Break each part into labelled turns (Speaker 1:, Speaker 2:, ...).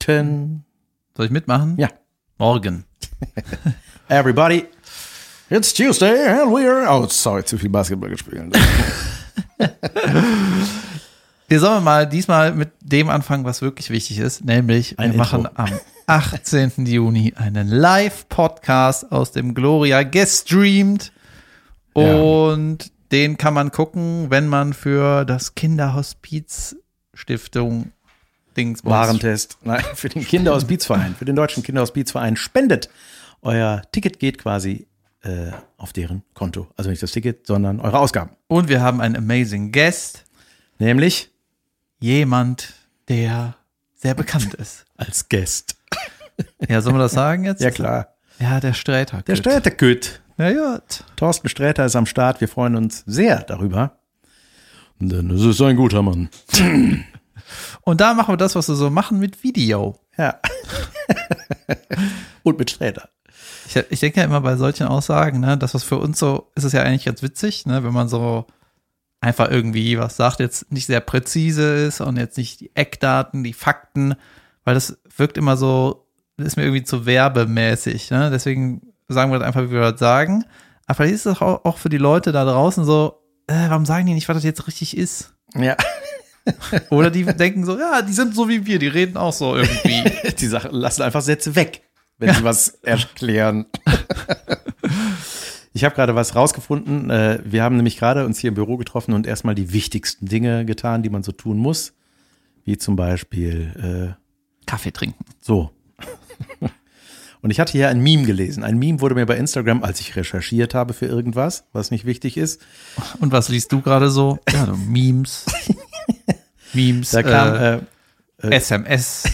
Speaker 1: Guten.
Speaker 2: Soll ich mitmachen?
Speaker 1: Ja.
Speaker 2: Morgen.
Speaker 1: Everybody. It's Tuesday and we are. Oh, sorry, zu viel Basketball gespielt.
Speaker 2: Wir sollen mal diesmal mit dem anfangen, was wirklich wichtig ist, nämlich
Speaker 1: Ein
Speaker 2: wir
Speaker 1: Intro.
Speaker 2: machen am 18. Juni einen Live-Podcast aus dem Gloria gestreamt
Speaker 1: Ja.
Speaker 2: und den kann man gucken, wenn man für das Kinderhospiz Stiftung Dings
Speaker 1: Warentest. Nein, für den Kinderhospizverein, für den deutschen Kinderhospizverein spendet. Euer Ticket geht quasi äh, auf deren Konto. Also nicht das Ticket, sondern eure Ausgaben.
Speaker 2: und wir haben einen amazing Guest,
Speaker 1: Nämlich
Speaker 2: jemand, der sehr bekannt ist.
Speaker 1: als Gast.
Speaker 2: Ja, sollen wir das sagen jetzt?
Speaker 1: Ja, klar.
Speaker 2: Ja, der Sträter.
Speaker 1: Der Sträter Güt.
Speaker 2: Ja, ja.
Speaker 1: Thorsten Sträter ist am Start. Wir freuen uns sehr darüber. Denn es ist ein guter Mann.
Speaker 2: Und da machen wir das, was wir so machen mit Video.
Speaker 1: Ja. Und mit Sträter.
Speaker 2: Ich, ich denke ja immer bei solchen Aussagen, ne, das was für uns so, ist es ja eigentlich ganz witzig, ne, wenn man so einfach irgendwie was sagt, jetzt nicht sehr präzise ist und jetzt nicht die Eckdaten, die Fakten, weil das wirkt immer so, das ist mir irgendwie zu werbemäßig, ne, deswegen sagen wir das einfach, wie wir das sagen. Aber vielleicht ist es auch, auch für die Leute da draußen so, äh, warum sagen die nicht, was das jetzt richtig ist?
Speaker 1: Ja.
Speaker 2: Oder die denken so, ja, die sind so wie wir, die reden auch so irgendwie.
Speaker 1: Die Sache lassen einfach Sätze weg, wenn sie was erklären. ich habe gerade was rausgefunden. Äh, Wir haben nämlich gerade uns hier im Büro getroffen und erstmal die wichtigsten Dinge getan, die man so tun muss. Wie zum Beispiel
Speaker 2: Kaffee trinken.
Speaker 1: äh, so. Und ich hatte hier ein Meme gelesen. Ein Meme wurde mir bei Instagram, als ich recherchiert habe für irgendwas, was nicht wichtig ist.
Speaker 2: Und was liest du gerade so? Ja, so Memes. Memes.
Speaker 1: Da kam, äh,
Speaker 2: äh, SMS.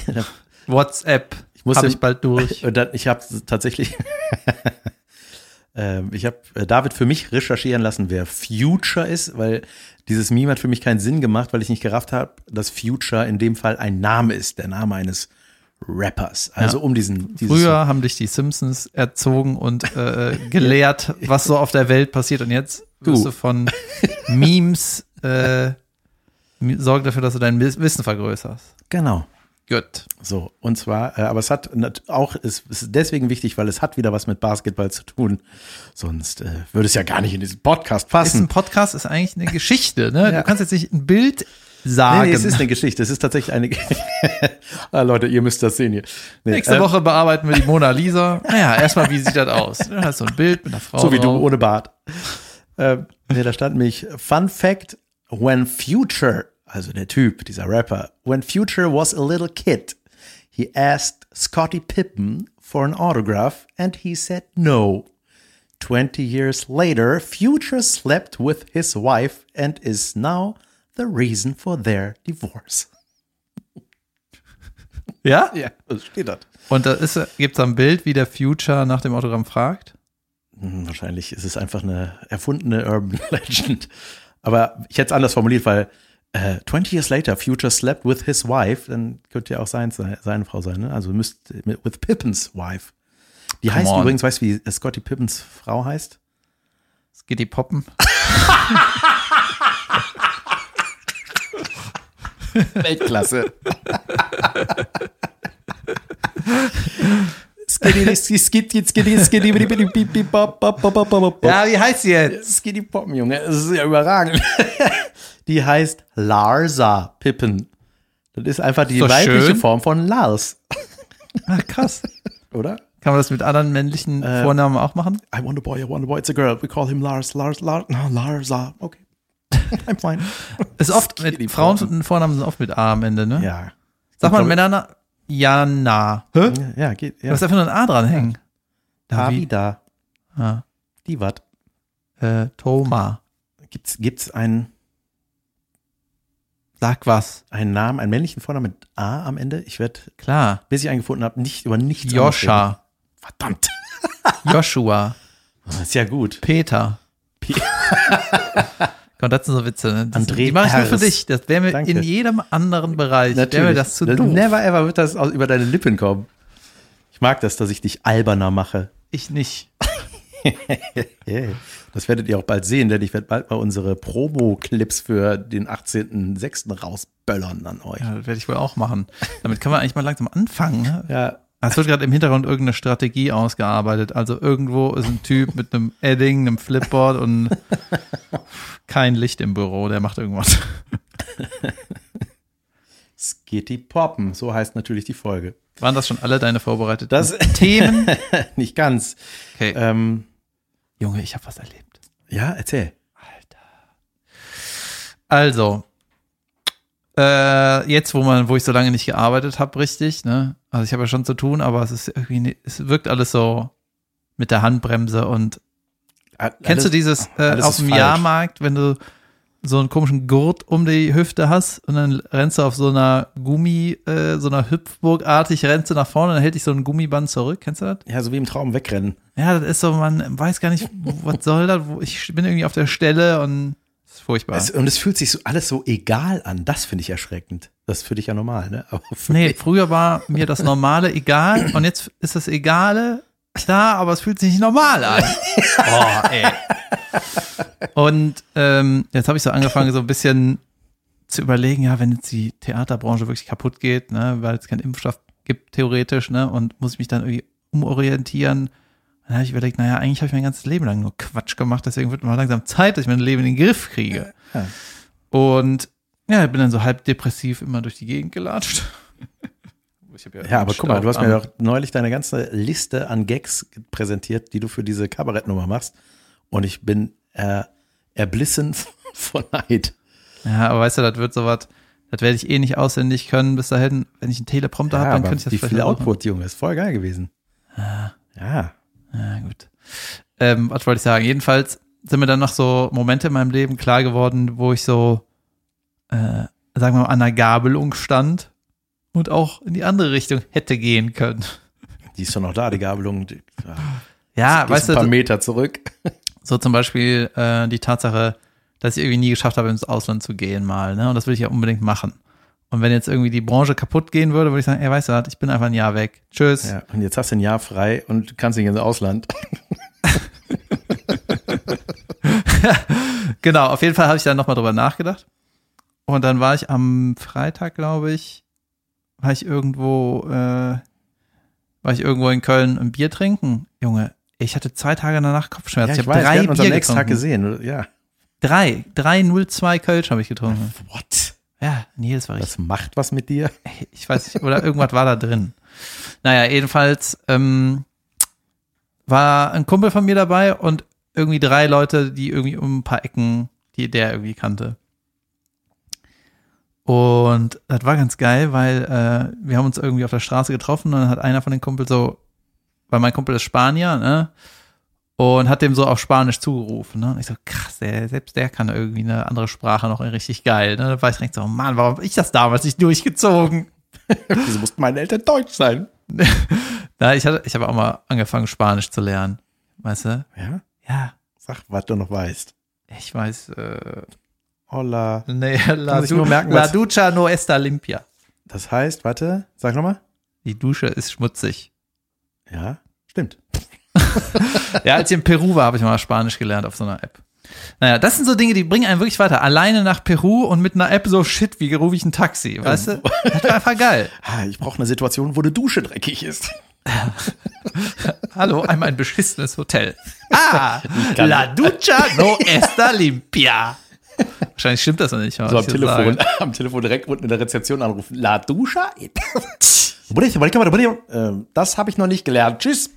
Speaker 2: WhatsApp.
Speaker 1: Ich Äh, musste-
Speaker 2: Hab ich bald durch.
Speaker 1: Und dann, ich habe tatsächlich, ähm, ich habe David für mich recherchieren lassen, wer Future ist, weil dieses Meme hat für mich keinen Sinn gemacht, weil ich nicht gerafft habe, dass Future in dem Fall ein Name ist, der Name eines Rappers. Also um diesen dieses
Speaker 2: Früher haben dich die Simpsons erzogen und äh, gelehrt, was so auf der Welt passiert. Und jetzt wirst
Speaker 1: Du.
Speaker 2: du von Memes äh, mi- sorgen dafür, dass du dein Wiss- Wissen vergrößerst.
Speaker 1: genau.
Speaker 2: Gut.
Speaker 1: So, und zwar, äh, aber es hat nat- auch, es ist deswegen wichtig, weil es hat wieder was mit Basketball zu tun. Sonst äh, würde es ja gar nicht in diesen Podcast
Speaker 2: Ist ein
Speaker 1: passen.
Speaker 2: Podcast, ist eigentlich eine Geschichte. Ne?
Speaker 1: Ja.
Speaker 2: Du kannst jetzt nicht ein Bild
Speaker 1: Nee,
Speaker 2: sagen.
Speaker 1: nee, es ist eine Geschichte. Es ist tatsächlich eine. ah, Leute, ihr müsst das sehen hier. Nee,
Speaker 2: Nächste
Speaker 1: äh,
Speaker 2: Woche bearbeiten wir die Mona Lisa. Naja, erstmal, wie sieht das aus? Da hast du ein Bild mit einer Frau.
Speaker 1: So wie du
Speaker 2: drauf.
Speaker 1: ohne Bart. Ähm, nee, da stand nämlich Fun Fact: When Future, also der Typ, dieser Rapper, when Future was a little kid, he asked Scottie Pippen for an autograph and he said no. 20 years later, Future slept with his wife and is now the reason for their divorce.
Speaker 2: Ja?
Speaker 1: Ja, das steht dort.
Speaker 2: Und da ist, gibt's da ein Bild, wie der Future nach dem Autogramm fragt?
Speaker 1: Hm, Wahrscheinlich ist es einfach eine erfundene Urban Legend. Aber ich hätte es anders formuliert, weil äh, 20 years later, Future slept with his wife, dann könnte ja auch sein, se- seine Frau sein, ne? Also müsst mit, with Pippins wife. Die heißt
Speaker 2: on.
Speaker 1: übrigens, weißt du, wie äh, Scotty Pippins Frau heißt?
Speaker 2: Es geht die Poppen.
Speaker 1: Weltklasse. Skitty, skitty, skitty, skitty, bidi, bidi, bidi, bidi, bop, bop, bop, bop, bop, bop.
Speaker 2: wie heißt sie jetzt?
Speaker 1: Skinny Poppen, Junge. Das ist ja überragend. Die heißt Larsa Pippen. Das ist einfach die
Speaker 2: So
Speaker 1: weibliche
Speaker 2: schön.
Speaker 1: Form von Lars,
Speaker 2: Ach, krass.
Speaker 1: oder?
Speaker 2: Kann man das mit anderen männlichen Vornamen auch machen?
Speaker 1: I want a boy, I want a boy, it's a girl. We call him Lars, Lars, Lars. No, Larsa. Okay. I'm fine.
Speaker 2: Ist oft
Speaker 1: Skinny
Speaker 2: mit Frauen und Vornamen sind oft mit A am Ende, ne?
Speaker 1: Ja.
Speaker 2: Sag mal,
Speaker 1: Glaub-
Speaker 2: Männer. Jana. Hä? Du
Speaker 1: Ja, geht. Ja.
Speaker 2: hast einfach nur ein A dran hängen. Davi-
Speaker 1: Davida.
Speaker 2: Ah.
Speaker 1: Die wat?
Speaker 2: Äh, Thoma.
Speaker 1: Gibt's, gibt's einen,
Speaker 2: Sag was.
Speaker 1: einen Namen, einen männlichen Vornamen mit A am Ende? Ich werde,
Speaker 2: Klar.
Speaker 1: bis ich einen gefunden habe, nicht über nichts anderes
Speaker 2: Joscha.
Speaker 1: reden. Verdammt.
Speaker 2: Joshua.
Speaker 1: Das ist ja gut.
Speaker 2: Peter.
Speaker 1: Pe-
Speaker 2: Gott, das sind so Witze. Ne? Das,
Speaker 1: André
Speaker 2: die mache ich nur für
Speaker 1: Harris.
Speaker 2: dich. Das wäre mir
Speaker 1: Danke.
Speaker 2: in jedem anderen Bereich. Wäre mir das zu doof.
Speaker 1: Never ever wird das aus, über deine Lippen kommen. Ich mag das, dass ich dich alberner mache.
Speaker 2: Ich nicht.
Speaker 1: das werdet ihr auch bald sehen, denn ich werde bald mal unsere Promo-Clips für den 18.06. rausböllern an euch.
Speaker 2: Ja, das werde ich wohl auch machen. Damit kann man eigentlich mal langsam anfangen. Ne?
Speaker 1: Ja,
Speaker 2: Es wird gerade im Hintergrund irgendeine Strategie ausgearbeitet. Also irgendwo ist ein Typ mit einem Edding, einem Flipboard und kein Licht im Büro, der macht irgendwas.
Speaker 1: Skitty Poppen, so heißt natürlich die Folge.
Speaker 2: Waren das schon alle deine vorbereiteten
Speaker 1: Das-
Speaker 2: Themen?
Speaker 1: Nicht ganz.
Speaker 2: Okay.
Speaker 1: Ähm,
Speaker 2: Junge, ich habe was erlebt.
Speaker 1: ja, erzähl.
Speaker 2: Also, äh, jetzt, wo man, wo ich so lange nicht gearbeitet habe, richtig, ne? Also ich habe ja schon zu tun, aber es ist irgendwie, ni- es wirkt alles so mit der Handbremse und
Speaker 1: A-
Speaker 2: Kennst
Speaker 1: Ah, alles-
Speaker 2: du dieses äh,
Speaker 1: alles
Speaker 2: auf
Speaker 1: ist
Speaker 2: dem
Speaker 1: falsch.
Speaker 2: Jahrmarkt, wenn du so einen komischen Gurt um die Hüfte hast und dann rennst du auf so einer Gummi, äh, so einer Hüpfburgartig, rennst du nach vorne und dann hält dich so ein Gummiband zurück. Kennst du das?
Speaker 1: Ja, so wie im Traum wegrennen.
Speaker 2: Ja, das ist so, man weiß gar nicht, wo- was soll das? wo- Ich bin irgendwie auf der Stelle und das ist furchtbar.
Speaker 1: Es, und es fühlt sich so alles so egal an. Das finde ich erschreckend. Das ist für dich ja normal, ne? Aber für
Speaker 2: nee,
Speaker 1: mich-
Speaker 2: früher war mir das Normale egal und jetzt ist das Egale da, aber es fühlt sich nicht normal an. Boah, ey. Und ähm, jetzt habe ich so angefangen, so ein bisschen zu überlegen, ja, wenn jetzt die Theaterbranche wirklich kaputt geht, ne, weil es keinen Impfstoff gibt, theoretisch, ne, und muss ich mich dann irgendwie umorientieren. Dann habe ich überlegt, naja, eigentlich habe ich mein ganzes Leben lang nur Quatsch gemacht, deswegen wird mal langsam Zeit, dass ich mein Leben in den Griff kriege.
Speaker 1: Ja.
Speaker 2: Und ja, ich bin dann so halb depressiv immer durch die Gegend gelatscht. Ich hab
Speaker 1: Ja, aber guck mal, du hast mir
Speaker 2: am-
Speaker 1: doch neulich deine ganze Liste an Gags präsentiert, die du für diese Kabarettnummer machst. Und ich bin äh, erblissen von Neid.
Speaker 2: Ja, aber weißt du, das wird sowas, das werde ich eh nicht auswendig können bis dahin. Wenn ich einen Teleprompter habe, dann
Speaker 1: aber
Speaker 2: könnte ich das
Speaker 1: wie
Speaker 2: vielleicht
Speaker 1: viel
Speaker 2: auch machen. Ah.
Speaker 1: Output, Junge, ist voll geil gewesen. Ja.
Speaker 2: Ja, gut. Ähm, was wollte ich sagen? Jedenfalls sind mir dann noch so Momente in meinem Leben klar geworden, wo ich so, äh, sagen wir mal, an einer Gabelung stand und auch in die andere Richtung hätte gehen können.
Speaker 1: die ist schon noch da, die Gabelung. Die, ja,
Speaker 2: Ja,
Speaker 1: die ist
Speaker 2: weißt
Speaker 1: ein paar
Speaker 2: du,
Speaker 1: Meter zurück.
Speaker 2: so zum Beispiel äh, die Tatsache, dass ich irgendwie nie geschafft habe, ins Ausland zu gehen mal, ne? Und das will ich ja unbedingt machen. Und wenn jetzt irgendwie die Branche kaputt gehen würde, würde ich sagen, ey, weißt du was, ich bin einfach ein Jahr weg. Tschüss.
Speaker 1: Ja, und jetzt hast du ein Jahr frei und kannst nicht ins Ausland.
Speaker 2: Genau, auf jeden Fall habe ich dann nochmal drüber nachgedacht. Und dann war ich am Freitag, glaube ich, war ich irgendwo, äh, war ich irgendwo in Köln ein Bier trinken. Junge, ich hatte zwei Tage danach Kopfschmerzen. ich habe
Speaker 1: wir
Speaker 2: drei
Speaker 1: hatten uns am
Speaker 2: Bier
Speaker 1: nächsten Tag
Speaker 2: getrunken.
Speaker 1: gesehen. Ja.
Speaker 2: Drei, drei 02 Kölsch habe ich getrunken.
Speaker 1: What?
Speaker 2: Ja, nee, das war richtig.
Speaker 1: Das macht was mit dir.
Speaker 2: Ich weiß nicht, oder irgendwas war da drin. Naja, jedenfalls ähm, war ein Kumpel von mir dabei und irgendwie drei Leute, die irgendwie um ein paar Ecken, die der irgendwie kannte. Und das war ganz geil, weil äh, wir haben uns irgendwie auf der Straße getroffen und dann hat einer von den Kumpel so, weil mein Kumpel ist Spanier, ne? Und hat dem so auf Spanisch zugerufen. Ne? Und ich so, krass, der, selbst der kann irgendwie eine andere Sprache noch richtig geil. Ne? Da war ich direkt so, Mann, warum hab ich das damals nicht durchgezogen?
Speaker 1: Wieso mussten meine Eltern deutsch sein?
Speaker 2: Na, ich hatte, ich habe auch mal angefangen, Spanisch zu lernen. Weißt du?
Speaker 1: Ja?
Speaker 2: Ja,
Speaker 1: Sag, was du noch weißt.
Speaker 2: ich weiß, äh,
Speaker 1: Hola.
Speaker 2: nee, la,
Speaker 1: man sich nur merken,
Speaker 2: la
Speaker 1: was-
Speaker 2: ducha no está limpia.
Speaker 1: Das heißt, warte, sag nochmal.
Speaker 2: Die Dusche ist schmutzig.
Speaker 1: Ja, stimmt.
Speaker 2: Ja, als ich in Peru war, habe ich mal Spanisch gelernt auf so einer App. Naja, das sind so Dinge, die bringen einen wirklich weiter. Alleine nach Peru und mit einer App so shit, wie rufe ich ein Taxi,
Speaker 1: Oh.
Speaker 2: weißt du? Das war einfach geil.
Speaker 1: Ah, ich brauche eine Situation, wo eine Dusche dreckig ist.
Speaker 2: Hallo, einmal ein beschissenes Hotel. Ah,
Speaker 1: kann-
Speaker 2: la ducha no está limpia. Wahrscheinlich stimmt das noch nicht.
Speaker 1: So am Telefon, am Telefon direkt unten in der Rezeption anrufen. La Duscha? Ähm, das habe ich noch nicht gelernt. Tschüss.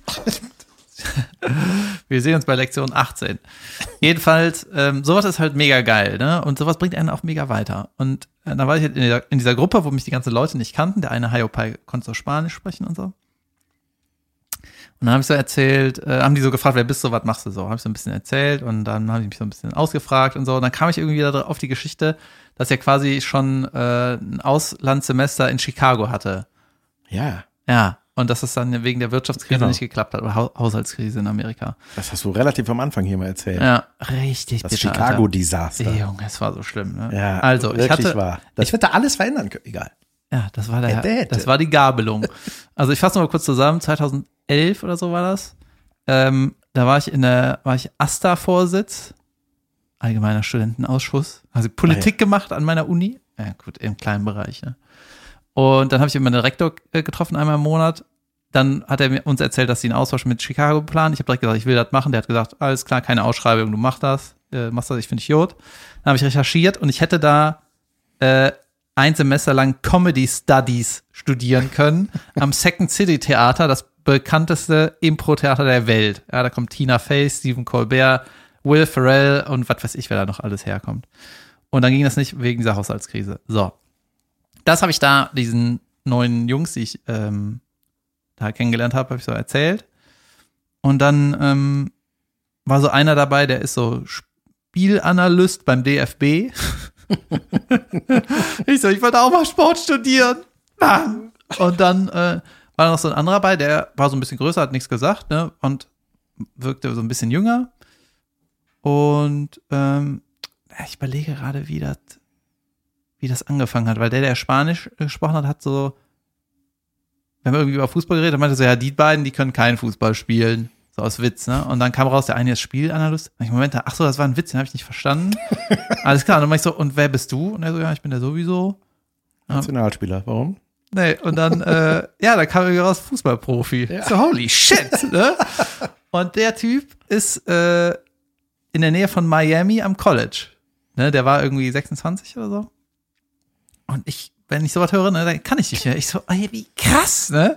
Speaker 2: Wir sehen uns bei Lektion 18. Jedenfalls, ähm, sowas ist halt mega geil, ne? Und sowas bringt einen auch mega weiter. Und äh, da war ich halt in, der, in dieser Gruppe, wo mich die ganzen Leute nicht kannten. Der eine Haiopai konnte so Spanisch sprechen und so. Und dann habe ich so erzählt, äh, haben die so gefragt, wer bist du, was machst du so? Habe ich so ein bisschen erzählt und dann haben die mich so ein bisschen ausgefragt und so. Und dann kam ich irgendwie wieder dra- auf die Geschichte, dass er quasi schon äh, ein Auslandssemester in Chicago hatte.
Speaker 1: Ja,
Speaker 2: Ja. Und dass das dann wegen der Wirtschaftskrise
Speaker 1: Genau.
Speaker 2: nicht geklappt hat, oder Hau- Haushaltskrise in Amerika.
Speaker 1: das hast du relativ am Anfang hier mal erzählt.
Speaker 2: Ja, richtig.
Speaker 1: Das
Speaker 2: bitter,
Speaker 1: Chicago-Desaster.
Speaker 2: Alter. Junge, es war so schlimm. Ne?
Speaker 1: Ja,
Speaker 2: also ich
Speaker 1: wirklich
Speaker 2: hatte,
Speaker 1: wahr. Das wird da alles verändern können. Egal.
Speaker 2: ja, das war der,
Speaker 1: Hätte, hätte.
Speaker 2: das war die Gabelung. Also ich fasse noch mal kurz zusammen. 2011 oder so war das. Ähm, da war ich in der, war ich AStA-Vorsitz, Allgemeiner Studentenausschuss, also Politik gemacht an meiner Uni. Ja, gut, im kleinen Bereich, ne? Und dann habe ich immer den Rektor äh, getroffen, einmal im Monat. Dann hat er mir- uns erzählt, dass sie einen Austausch mit Chicago planen. Ich habe direkt gesagt, ich will das machen. Der hat gesagt, alles klar, keine Ausschreibung, du machst das, äh, machst das, ich finde Idiot. Dann habe ich recherchiert und ich hätte da äh, ein Semester lang Comedy Studies studieren können am Second City Theater, das bekannteste Impro-Theater der Welt. Ja, da kommt Tina Fey, Stephen Colbert, Will Ferrell und was weiß ich, wer da noch alles herkommt. Und dann ging das nicht wegen dieser Haushaltskrise. So. Das habe ich da diesen neuen Jungs, die ich ähm, da kennengelernt habe, habe ich so erzählt. Und dann ähm, war so einer dabei, der ist so Spielanalyst beim DFB. ich so, ich wollte auch mal Sport studieren. Mann. Und dann äh, war noch so ein anderer bei, der war so ein bisschen größer, hat nichts gesagt, ne? Und wirkte so ein bisschen jünger. Und ähm, ich überlege gerade, wie das wie das angefangen hat, weil der, der Spanisch gesprochen hat, hat so, wenn wir irgendwie über Fußball geredet, haben, meinte er so, ja, die beiden, die können keinen Fußball spielen. So aus Witz, ne? Und dann kam raus, der eine ist Spielanalyst. Und ich Moment, ach so, das war ein Witz, den habe ich nicht verstanden. Alles klar, und dann mach ich so, und wer bist du? Und er so, ja, ich bin der sowieso.
Speaker 1: Nationalspieler, warum?
Speaker 2: Nee, und dann, äh, ja, da kam irgendwie raus Fußballprofi.
Speaker 1: Ja.
Speaker 2: So, holy shit, ne? Und der Typ ist äh, in der Nähe von Miami am College. Ne, der war irgendwie 26 oder so. Und ich, wenn ich sowas höre, ne, dann kann ich nicht mehr. Ich so, ey, wie krass, ne?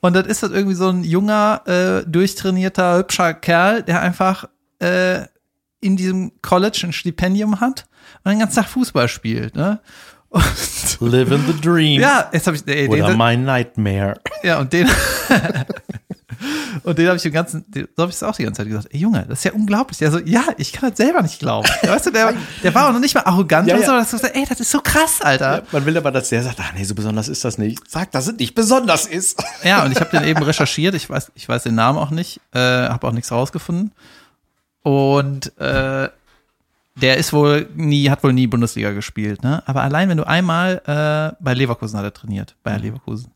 Speaker 2: Und dann ist das irgendwie so ein junger, äh, durchtrainierter, hübscher Kerl, der einfach äh, in diesem College ein Stipendium hat und den ganzen Tag Fußball spielt, ne? Und
Speaker 1: Living the dream.
Speaker 2: ja, jetzt habe ich, ey,
Speaker 1: Oder
Speaker 2: den,
Speaker 1: my nightmare.
Speaker 2: ja, und den. und den habe ich den ganzen, den, so habe ich es auch die ganze Zeit gesagt. Ey, Junge, das ist ja unglaublich. Der so, ja, ich kann das selber nicht glauben. Weißt du, der, der war auch noch nicht mal arrogant
Speaker 1: Ja,
Speaker 2: oder
Speaker 1: ja.
Speaker 2: so, dass du sagst, ey, das ist so krass, Alter.
Speaker 1: Man will aber, dass der sagt, ach nee, so besonders ist das nicht. Sag, dass es nicht besonders ist.
Speaker 2: Ja, und ich habe den eben recherchiert. Ich weiß, ich weiß den Namen auch nicht, äh, habe auch nichts rausgefunden. Und äh, der ist wohl nie, hat wohl nie Bundesliga gespielt, ne? Aber allein, wenn du einmal äh, bei Leverkusen hat er trainiert,
Speaker 1: Mhm.
Speaker 2: bei Leverkusen.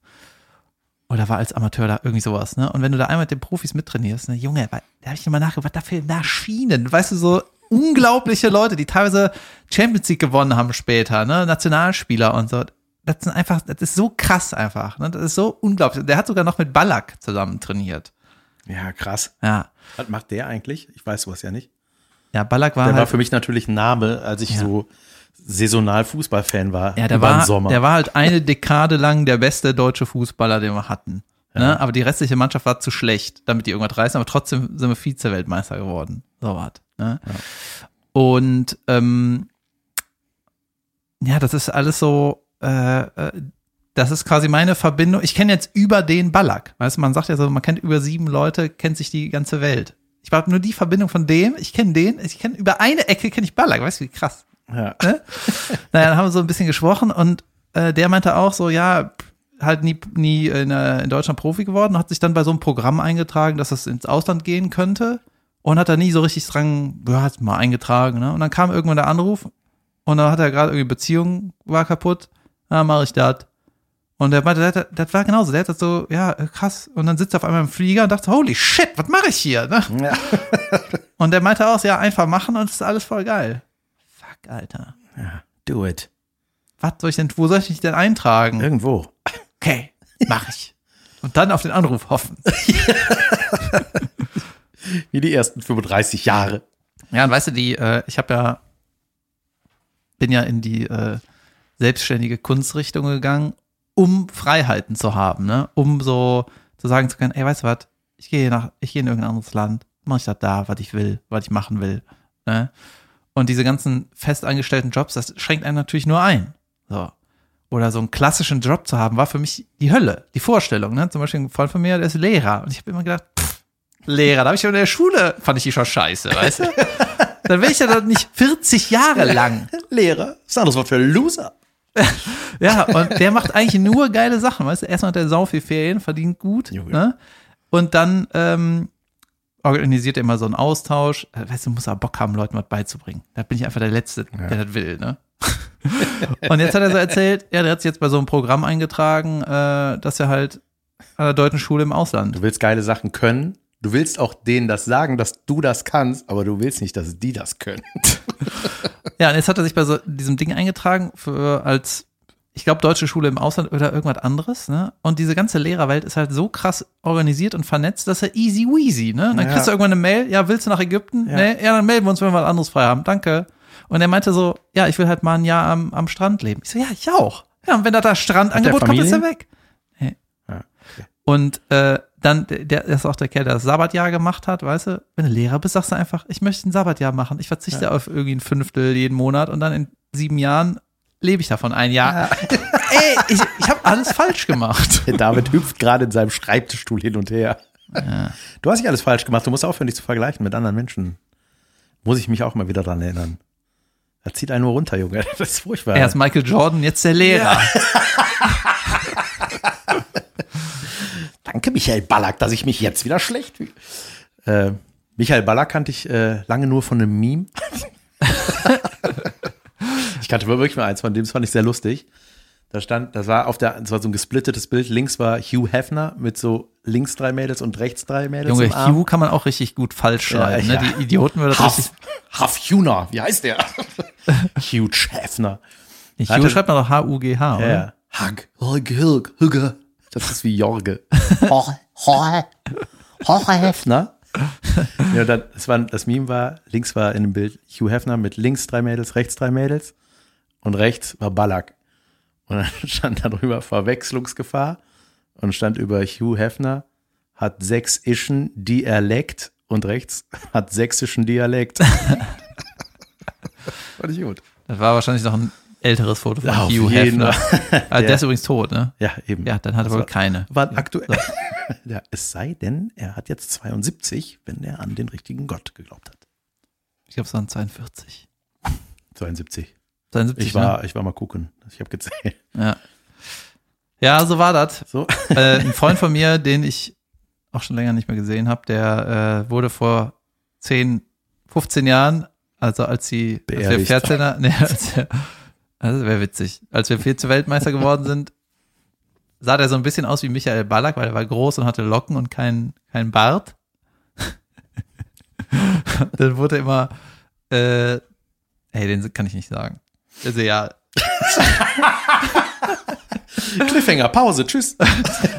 Speaker 2: Oder war als Amateur da irgendwie sowas, ne? Und wenn du da einmal mit den Profis mittrainierst, ne, Junge, wa- da habe ich nochmal nachgedacht, was da für Maschinen, weißt du, so unglaubliche Leute, die teilweise Champions League gewonnen haben später, ne? Nationalspieler und so. Das sind einfach, das ist so krass einfach, ne? Das ist so unglaublich. Der hat sogar noch mit Ballack zusammen trainiert.
Speaker 1: Ja, krass.
Speaker 2: Ja.
Speaker 1: Was macht der eigentlich? Ich weiß sowas ja nicht.
Speaker 2: Ja, Ballack war
Speaker 1: Der war
Speaker 2: halt
Speaker 1: für mich natürlich ein Name, als ich
Speaker 2: Ja.
Speaker 1: so saisonal Fußballfan war.
Speaker 2: Ja, der
Speaker 1: über den
Speaker 2: war,
Speaker 1: Sommer.
Speaker 2: der war halt eine Dekade lang der beste deutsche Fußballer, den wir hatten. Ne? Aber die restliche Mannschaft war zu schlecht, damit die irgendwas reißen. Aber trotzdem sind wir Vize-Weltmeister geworden. So was. Ne? Und ähm, ja, das ist alles so, äh, äh, das ist quasi meine Verbindung. Ich kenne jetzt über den Ballack. Weißt du, man sagt ja so, man kennt über sieben Leute, kennt sich die ganze Welt. Ich habe nur die Verbindung von dem, ich kenne den, ich kenne über eine Ecke kenne ich Ballack. Weißt du, wie krass. Naja,
Speaker 1: ja.
Speaker 2: dann haben wir so ein bisschen gesprochen und äh, der meinte auch so, ja, pff, halt nie, nie in, äh, in Deutschland Profi geworden, hat sich dann bei so einem Programm eingetragen, dass es ins Ausland gehen könnte und hat da nie so richtig dran, ja, hat mal eingetragen, ne? Und dann kam irgendwann der Anruf und dann hat er gerade irgendwie Beziehung war kaputt, na, mache ich das. Und der meinte, das, das war genauso, der hat das so, ja, äh, krass. Und dann sitzt er auf einmal im Flieger und dachte, holy shit, was mache ich hier? Ne?
Speaker 1: Ja.
Speaker 2: Und der meinte auch, ja, einfach machen und es ist alles voll geil. Fuck, Alter.
Speaker 1: Do it.
Speaker 2: Was soll ich denn, wo soll ich mich denn eintragen?
Speaker 1: Irgendwo.
Speaker 2: Okay, mach ich. Und dann auf den Anruf hoffen.
Speaker 1: Wie die ersten 35 Jahre.
Speaker 2: Ja, und weißt du, die, äh, ich habe ja, bin ja in die äh, selbstständige Kunstrichtung gegangen, um Freiheiten zu haben, ne? Um so zu sagen zu können, ey, weißt du was, ich gehe nach, ich gehe in irgendein anderes Land, mache ich das da, was ich will, was ich machen will, ne? Und diese ganzen festangestellten Jobs, das schränkt einen natürlich nur ein. So. Oder so einen klassischen Job zu haben, war für mich die Hölle, die Vorstellung, ne? Zum Beispiel ein Freund von mir, der ist Lehrer. Und ich habe immer gedacht, pff, Lehrer, da habe ich schon in der Schule, fand ich die schon scheiße, weißt du? Dann will ich ja doch nicht 40 Jahre lang.
Speaker 1: Lehrer. Das ist ein anderes Wort für Loser.
Speaker 2: Ja, und der macht eigentlich nur geile Sachen, weißt du? Erstmal hat er sau viel Ferien, verdient gut,
Speaker 1: Junge.
Speaker 2: ne? Und dann ähm, organisiert er immer so einen Austausch. Äh, Weißt du, muss er Bock haben, Leuten was beizubringen. Da bin ich einfach der Letzte, der das will, ne? und jetzt hat er so erzählt, ja, der hat sich jetzt bei so einem Programm eingetragen, äh, dass er halt an der deutschen Schule im Ausland
Speaker 1: Du willst geile Sachen können Du willst auch denen das sagen, dass du das kannst, aber du willst nicht, dass die das können.
Speaker 2: Ja, und jetzt hat er sich bei so diesem Ding eingetragen für als, ich glaube, deutsche Schule im Ausland oder irgendwas anderes, ne? Und diese ganze Lehrerwelt ist halt so krass organisiert und vernetzt, dass er easy weasy, ne? Dann
Speaker 1: Ja.
Speaker 2: kriegst du irgendwann eine Mail, ja, willst du nach Ägypten?
Speaker 1: Ja.
Speaker 2: Nee, ja, dann melden wir uns, wenn wir was anderes frei haben. Danke. Und er meinte so, ja, ich will halt mal ein Jahr am, am Strand leben. Ich so, ja, ich auch. Ja, und wenn da das Strandangebot
Speaker 1: der
Speaker 2: kommt, ist er
Speaker 1: Familie?
Speaker 2: weg. Nee.
Speaker 1: Ja, okay.
Speaker 2: Und äh, dann, der, der das ist auch der Kerl, der das Sabbatjahr gemacht hat, weißt du, wenn du Lehrer bist, sagst du einfach, ich möchte ein Sabbatjahr machen. Ich verzichte auf irgendwie ein Fünftel jeden Monat und dann in sieben Jahren lebe ich davon ein Jahr. Ey, ich, ich habe alles falsch gemacht.
Speaker 1: Der David hüpft gerade in seinem Schreibtischstuhl hin und her. Du hast nicht alles falsch gemacht. Du musst aufhören, dich zu vergleichen mit anderen Menschen. Muss ich mich auch mal wieder dran erinnern. Das zieht einen nur runter, Junge. Das ist furchtbar.
Speaker 2: Erst Michael Jordan, jetzt der Lehrer.
Speaker 1: Danke, Michael Ballack, dass ich mich jetzt wieder schlecht fühle. Äh, Michael Ballack kannte ich äh, lange nur von einem Meme. ich kannte wirklich mal eins von dem, das fand ich sehr lustig. Da stand, das war auf der, das war so ein gesplittetes Bild. Links war Hugh Hefner mit so links drei Mädels und rechts drei Mädels.
Speaker 2: Junge,
Speaker 1: im Arm.
Speaker 2: Hugh kann man auch richtig gut falsch schreiben.
Speaker 1: Ja,
Speaker 2: ne?
Speaker 1: ja.
Speaker 2: Die Idioten würden das richtig.
Speaker 1: Huff, Huff Huner, wie heißt der? Huge Hefner.
Speaker 2: Nicht
Speaker 1: Hatte-
Speaker 2: Hugh schreibt man doch H-U-G-H, oder?
Speaker 1: Ja. Hug, Hug, Hug, Hugge. Das ist wie Jorge. Jorge, Jorge, Jorge Hefner. Ja, und dann, das, war, das Meme war, links war in dem Bild Hugh Hefner mit links drei Mädels, rechts drei Mädels und rechts war Ballack. Und dann stand darüber Verwechslungsgefahr und stand über Hugh Hefner hat sächsischen Dialekt und rechts hat sächsischen Dialekt. Fand ich gut.
Speaker 2: Das war wahrscheinlich noch ein älteres Foto von
Speaker 1: Auf
Speaker 2: Hugh
Speaker 1: jeden
Speaker 2: Hefner. Ah,
Speaker 1: Ja.
Speaker 2: der ist übrigens tot, ne?
Speaker 1: Ja, eben.
Speaker 2: Ja, dann hat er wohl
Speaker 1: war-
Speaker 2: keine.
Speaker 1: War aktuell. Ja, es sei denn, er hat jetzt 72, wenn er an den richtigen Gott geglaubt hat.
Speaker 2: Ich glaube, es waren 42.
Speaker 1: 72.
Speaker 2: 72,
Speaker 1: Ich war, ich war mal gucken. Ich habe gezählt.
Speaker 2: Ne? Ja. ja, so war das.
Speaker 1: So.
Speaker 2: Äh, ein Freund von mir, den ich auch schon länger nicht mehr gesehen habe, der äh, wurde vor 10, 15 Jahren, also als sie, als wir
Speaker 1: Beerdigt.
Speaker 2: 14er, nee, als, wir- also das wäre witzig, als wir Vize-Weltmeister geworden sind, sah der so ein bisschen aus wie Michael Ballack, weil er war groß und hatte Locken und keinen keinen Bart. Dann wurde immer, äh, ey, den kann ich nicht sagen. Also ja,
Speaker 1: Cliffhanger, Pause, tschüss.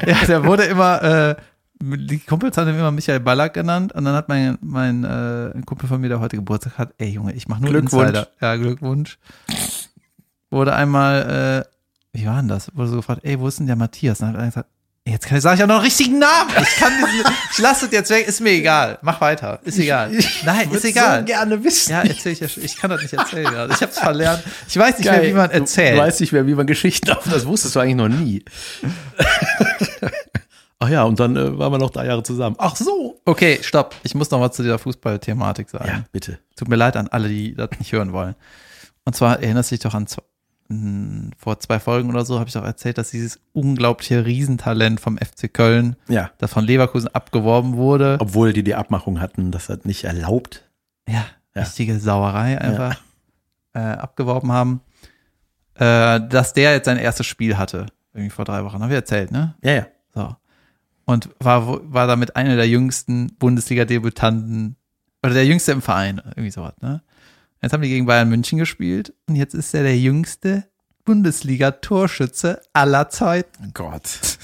Speaker 2: Ja, der wurde immer, äh, die Kumpels haben ihn immer Michael Ballack genannt und dann hat mein, mein äh, ein Kumpel von mir, der heute Geburtstag hat, ey Junge, ich mach nur
Speaker 1: Glückwunsch.
Speaker 2: Insider. Ja, Glückwunsch. Wurde einmal, äh, wie war denn das? Wurde so gefragt, ey, wo ist denn der Matthias? Und dann hat er gesagt, ey, jetzt sage ich ja noch einen richtigen Namen. Ich kann diesen, ich lasse das jetzt weg, ist mir egal. Mach weiter, ist egal. Nein, ist egal.
Speaker 1: So gerne wissen.
Speaker 2: Ja, erzähl ich ja, schon. ich kann das nicht erzählen. Also ich hab's verlernt. Ich weiß nicht mehr,
Speaker 1: Geil.
Speaker 2: wie man erzählt.
Speaker 1: Du, du weißt nicht mehr, wie man Geschichten auf. Das wusstest du eigentlich noch nie. Ach ja, und dann äh, waren wir noch drei Jahre zusammen. Ach so.
Speaker 2: okay, stopp. Ich muss noch was zu dieser Fußballthematik sagen.
Speaker 1: Ja, bitte.
Speaker 2: Tut mir leid an alle, die das nicht hören wollen. Und zwar erinnerst du dich doch an zwei, mh, vor zwei Folgen oder so, habe ich doch erzählt, dass dieses unglaubliche Riesentalent vom FC Köln,
Speaker 1: Ja.
Speaker 2: das von Leverkusen abgeworben wurde.
Speaker 1: Obwohl die die Abmachung hatten, das hat nicht erlaubt.
Speaker 2: ja,
Speaker 1: Ja.
Speaker 2: richtige Sauerei einfach äh, abgeworben haben. Äh, dass der jetzt sein erstes Spiel hatte. Irgendwie vor drei Wochen. Haben wir erzählt, ne?
Speaker 1: Ja, ja.
Speaker 2: So. Und war, wo- war damit einer der jüngsten Bundesliga-Debütanten oder der jüngste im Verein, irgendwie sowas, ne? Jetzt haben die gegen Bayern München gespielt und jetzt ist er der jüngste Bundesliga-Torschütze aller Zeiten.
Speaker 1: Gott.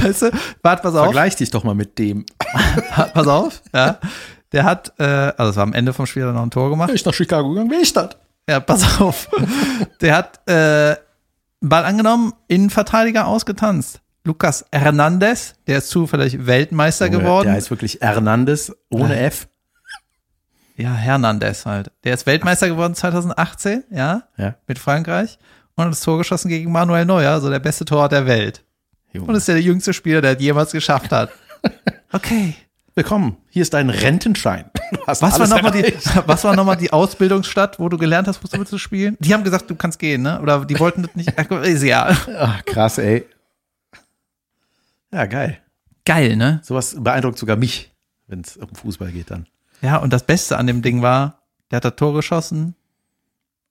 Speaker 2: Weißt du? Warte, pass auf.
Speaker 1: Vergleich dich doch mal mit dem.
Speaker 2: Warte, pass auf. Ja. Der hat, äh, also es war am Ende vom Spiel hat er noch ein Tor gemacht.
Speaker 1: ich nach Chicago gegangen, wäre ich das.
Speaker 2: Ja, pass auf. Der hat äh, Ball angenommen, Innenverteidiger ausgetanzt. Lukas Hernandez, der ist zufällig Weltmeister
Speaker 1: Junge,
Speaker 2: geworden.
Speaker 1: Oh, Der heißt wirklich Hernandez ohne F.
Speaker 2: Ja, Hernandez halt. Der ist Weltmeister geworden 2018, ja,
Speaker 1: Ja.
Speaker 2: mit Frankreich. Und hat das Tor geschossen gegen Manuel Neuer, so der beste Torwart der Welt. Und ist ja der jüngste Spieler, der es jemals geschafft hat. Okay.
Speaker 1: Willkommen. Hier ist dein Rentenschein. Du hast
Speaker 2: Was war
Speaker 1: alles
Speaker 2: nochmal die,
Speaker 1: erreicht.
Speaker 2: was war noch mal die Ausbildungsstadt, wo du gelernt hast, Fußball zu spielen? Die haben gesagt, du kannst gehen, ne? Oder die wollten das nicht. Ach, ist Ja.
Speaker 1: Ach, krass, ey. Ja, geil.
Speaker 2: Geil, ne?
Speaker 1: Sowas beeindruckt sogar mich, wenn es um Fußball geht dann.
Speaker 2: Ja, und das Beste an dem Ding war, der hat das Tor geschossen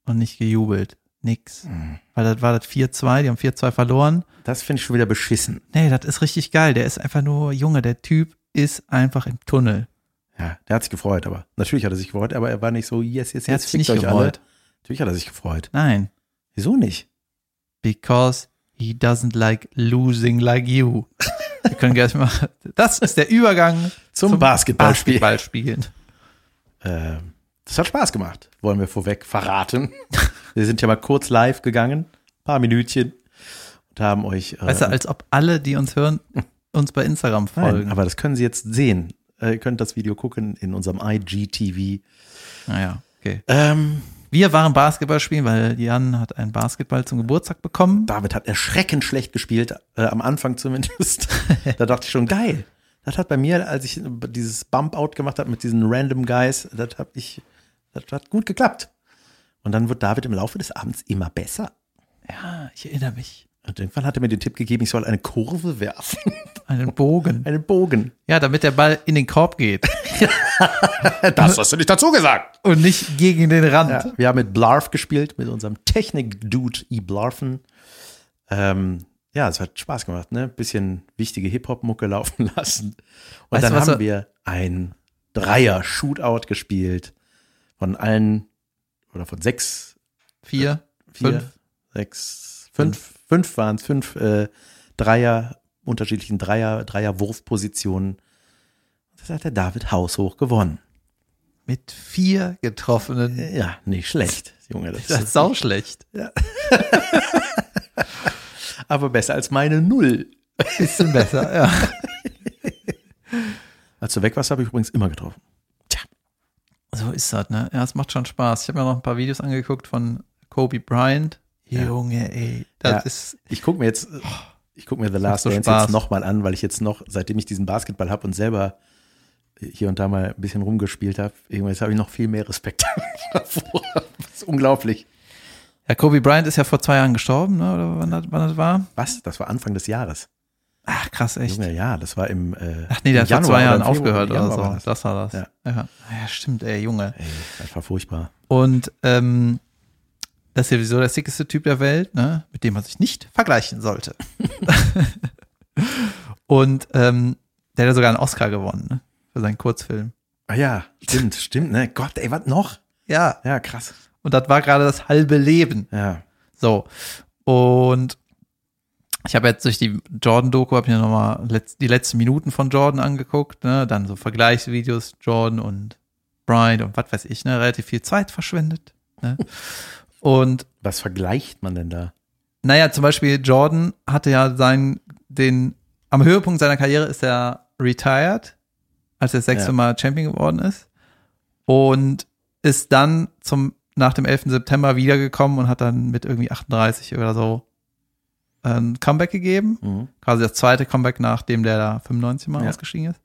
Speaker 2: und nicht gejubelt. Nix.
Speaker 1: Mhm.
Speaker 2: Weil das war das 4-2, die haben 4-2 verloren.
Speaker 1: Das finde ich schon wieder beschissen.
Speaker 2: Nee, das ist richtig geil. Der ist einfach nur Junge, der Typ ist einfach im Tunnel.
Speaker 1: Ja, der hat sich gefreut, aber natürlich hat er sich gefreut, aber er war nicht so, yes, yes,
Speaker 2: Er hat
Speaker 1: yes,
Speaker 2: sich
Speaker 1: fickt
Speaker 2: nicht
Speaker 1: euch
Speaker 2: gefreut.
Speaker 1: alle. Natürlich hat er sich gefreut.
Speaker 2: Nein,
Speaker 1: Wieso nicht?
Speaker 2: because he doesn't like losing like you. Wir können gleich mal. Das ist der Übergang
Speaker 1: Zum,
Speaker 2: Zum
Speaker 1: Basketballspiel.
Speaker 2: Basketballspielen.
Speaker 1: Ähm, das hat Spaß gemacht, wollen wir vorweg verraten. wir sind ja mal kurz live gegangen, paar Minütchen und haben euch. Äh,
Speaker 2: Weißt du, als ob alle, die uns hören, uns bei Instagram
Speaker 1: nein,
Speaker 2: folgen.
Speaker 1: aber das können Sie jetzt sehen. Äh, ihr könnt das Video gucken in unserem IGTV.
Speaker 2: naja, okay.
Speaker 1: Ähm,
Speaker 2: Wir waren Basketball spielen, weil Jan hat einen Basketball zum Geburtstag bekommen.
Speaker 1: David hat erschreckend schlecht gespielt, äh, am Anfang zumindest. da dachte ich schon, geil. Das hat bei mir, als ich dieses Bump-Out gemacht habe mit diesen Random Guys, das habe ich, das hat gut geklappt. Und dann wird David im Laufe des Abends immer besser.
Speaker 2: Ja, ich erinnere mich.
Speaker 1: Und irgendwann hat er mir den Tipp gegeben, ich soll eine Kurve werfen,
Speaker 2: Einen Bogen.
Speaker 1: einen Bogen.
Speaker 2: Ja, damit der Ball in den Korb geht
Speaker 1: Das hast du nicht dazu gesagt.
Speaker 2: und nicht gegen den Rand.
Speaker 1: Ja, wir haben mit Blarf gespielt, mit unserem Technik-Dude E. Blarfen. Ähm, ja, es hat Spaß gemacht, ne? Bisschen wichtige Hip-Hop-Mucke laufen lassen. Und
Speaker 2: Weißt
Speaker 1: dann
Speaker 2: du, was
Speaker 1: haben
Speaker 2: so-
Speaker 1: wir ein Dreier-Shootout gespielt. Von allen oder von sechs,
Speaker 2: Vier,
Speaker 1: vier,
Speaker 2: fünf.
Speaker 1: sechs, fünf, fünf waren es, fünf äh, Dreier, unterschiedlichen Dreier, Dreier-Wurfpositionen. Das hat der David haushoch gewonnen.
Speaker 2: Mit vier getroffenen.
Speaker 1: Ja, nicht schlecht, Junge. Das,
Speaker 2: Das ist sau schlecht.
Speaker 1: aber besser als meine Null.
Speaker 2: Bisschen besser, ja.
Speaker 1: Als du weg warst, habe ich übrigens immer getroffen.
Speaker 2: So ist das, ne? Ja, es macht schon Spaß. Ich habe mir noch ein paar Videos angeguckt von Kobe Bryant.
Speaker 1: Ja.
Speaker 2: Junge, ey. Das
Speaker 1: Ja.
Speaker 2: ist
Speaker 1: Ich gucke mir jetzt, ich gucke mir The Last
Speaker 2: so
Speaker 1: Dance
Speaker 2: Spaß.
Speaker 1: jetzt nochmal an, weil ich jetzt noch, seitdem ich diesen Basketball habe und selber hier und da mal ein bisschen rumgespielt habe, irgendwann habe ich noch viel mehr Respekt davor. Das ist unglaublich.
Speaker 2: Ja, Kobe Bryant ist ja vor zwei Jahren gestorben, ne? oder wann das, wann das war?
Speaker 1: Was? Das war Anfang des Jahres.
Speaker 2: Ach, krass, echt.
Speaker 1: Junge, ja, das war im äh,
Speaker 2: Ach nee, der hat vor
Speaker 1: Januar
Speaker 2: zwei Jahren
Speaker 1: oder im Februar,
Speaker 2: aufgehört oder
Speaker 1: Januar
Speaker 2: so.
Speaker 1: war
Speaker 2: Das.
Speaker 1: das.
Speaker 2: war das.
Speaker 1: Ja.
Speaker 2: Ja. Ah ja, stimmt, ey, Junge.
Speaker 1: Ey, das war furchtbar.
Speaker 2: Und ähm, das ist ja sowieso der sickeste Typ der Welt, ne? mit dem man sich nicht vergleichen sollte. Und ähm, der hat ja sogar einen Oscar gewonnen ne? für seinen Kurzfilm.
Speaker 1: Ah ja, stimmt, stimmt, ne? Gott, ey, was noch?
Speaker 2: Ja,
Speaker 1: Ja, krass.
Speaker 2: und das war gerade das halbe Leben.
Speaker 1: Ja.
Speaker 2: So. Und ich habe jetzt durch die Jordan-Doku, habe mir nochmal letz die letzten Minuten von Jordan angeguckt, ne? dann so Vergleichsvideos, Jordan und Bryant und was weiß ich, ne? relativ viel Zeit verschwendet. Ne? Und
Speaker 1: Was vergleicht man denn da?
Speaker 2: naja, zum Beispiel Jordan hatte ja seinen, den, am Höhepunkt seiner Karriere ist er retired, als er das sechste
Speaker 1: Ja.
Speaker 2: Mal Champion geworden ist. Und ist dann zum, nach dem 11. September wiedergekommen und hat dann mit irgendwie 38 oder so äh, ein Comeback gegeben.
Speaker 1: Mhm.
Speaker 2: Quasi das zweite Comeback, nachdem der da 95 Mal
Speaker 1: Ja.
Speaker 2: ausgestiegen ist.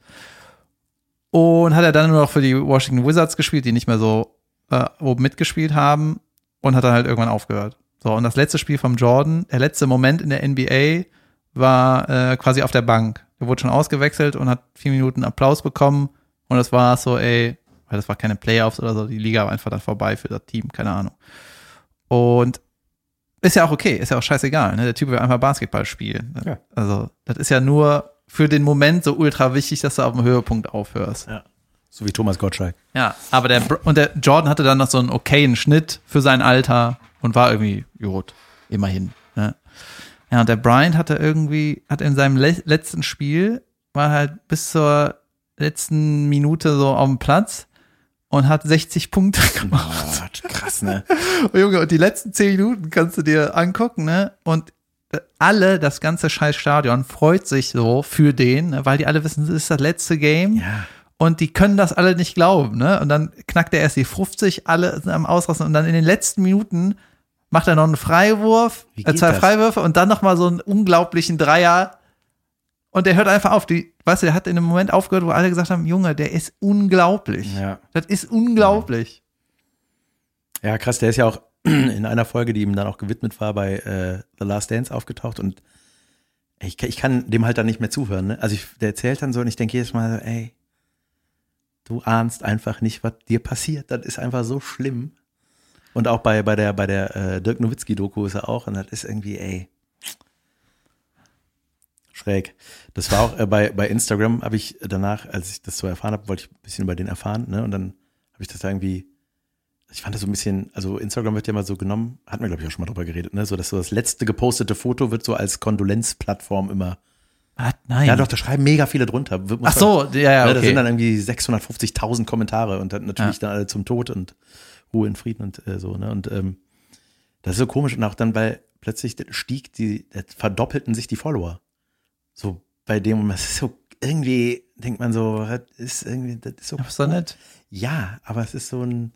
Speaker 2: Und hat er dann nur noch für die Washington Wizards gespielt, die nicht mehr so äh, oben mitgespielt haben und hat dann halt irgendwann aufgehört. So, und das letzte Spiel vom Jordan, der letzte Moment in der NBA war äh, quasi auf der Bank. Er wurde schon ausgewechselt und hat vier Minuten Applaus bekommen und das war so, ey, weil das war keine Playoffs oder so, die Liga war einfach dann vorbei für das Team, keine Ahnung. Und ist ja auch okay, ist ja auch scheißegal, ne? Der Typ will einfach Basketball spielen.
Speaker 1: Ja.
Speaker 2: Also, das ist ja nur für den Moment so ultra wichtig, dass du auf dem Höhepunkt aufhörst.
Speaker 1: So wie Thomas Gottschalk.
Speaker 2: Ja, aber der Br- und der Jordan hatte dann noch so einen okayen Schnitt für sein Alter und war irgendwie gut, immerhin. Ne? Ja, und der Bryant hatte irgendwie, hat in seinem le letzten Spiel, war halt bis zur letzten Minute so auf dem Platz und hat 60 Punkte gemacht.
Speaker 1: Gott, krass, ne?
Speaker 2: Oh, Junge, und die letzten 10 Minuten kannst du dir angucken, ne? Und äh, alle, das ganze scheiß Stadion freut sich so für den, ne? weil die alle wissen, das ist das letzte Game.
Speaker 1: Ja.
Speaker 2: Und die können das alle nicht glauben, ne? Und dann knackt er erst die 50, alle sind am Ausrasten und dann in den letzten Minuten macht er noch einen Freiwurf,
Speaker 1: Wie
Speaker 2: äh,
Speaker 1: geht
Speaker 2: zwei
Speaker 1: das?
Speaker 2: Freiwürfe und dann noch mal so einen unglaublichen Dreier. Und der hört einfach auf. Die, weißt du, der hat in einem Moment aufgehört, wo alle gesagt haben, Junge, der ist unglaublich.
Speaker 1: Ja.
Speaker 2: Das ist unglaublich.
Speaker 1: Ja, krass, der ist ja auch in einer Folge, die ihm dann auch gewidmet war, bei äh, The Last Dance aufgetaucht und ich, kann- ich kann dem halt dann nicht mehr zuhören. Ne? Also ich, der erzählt dann so und ich denke jedes Mal, so, ey, du ahnst einfach nicht, was dir passiert. Das ist einfach so schlimm. Und auch bei, bei der, bei der äh, Dirk Nowitzki-Doku ist er auch und das ist irgendwie, ey, schräg. Das war auch äh, bei, bei Instagram, habe ich danach, als ich das so erfahren habe, wollte ich ein bisschen über den erfahren, ne? Und dann habe ich das da irgendwie, ich fand das so ein bisschen, also Instagram wird ja mal so genommen, hatten wir, glaube ich, auch schon mal drüber geredet, ne? So, dass so das letzte gepostete Foto wird so als Kondolenzplattform immer.
Speaker 2: Ah, nein.
Speaker 1: Ja, doch, da schreiben mega viele drunter. Wird- muss
Speaker 2: Ach so, ja, ja, okay.
Speaker 1: man- ne, Da sind dann irgendwie 650.000 Kommentare und dann natürlich
Speaker 2: Ja.
Speaker 1: dann alle zum Tod und Ruhe in Frieden und äh, so, ne? Und ähm, das ist so komisch. Und auch dann bei plötzlich stieg die, verdoppelten sich die Follower. So bei dem, und das ist so, irgendwie denkt man so, das ist irgendwie, das ist so.
Speaker 2: Ja, ist doch nett.
Speaker 1: Ja, aber es ist so ein.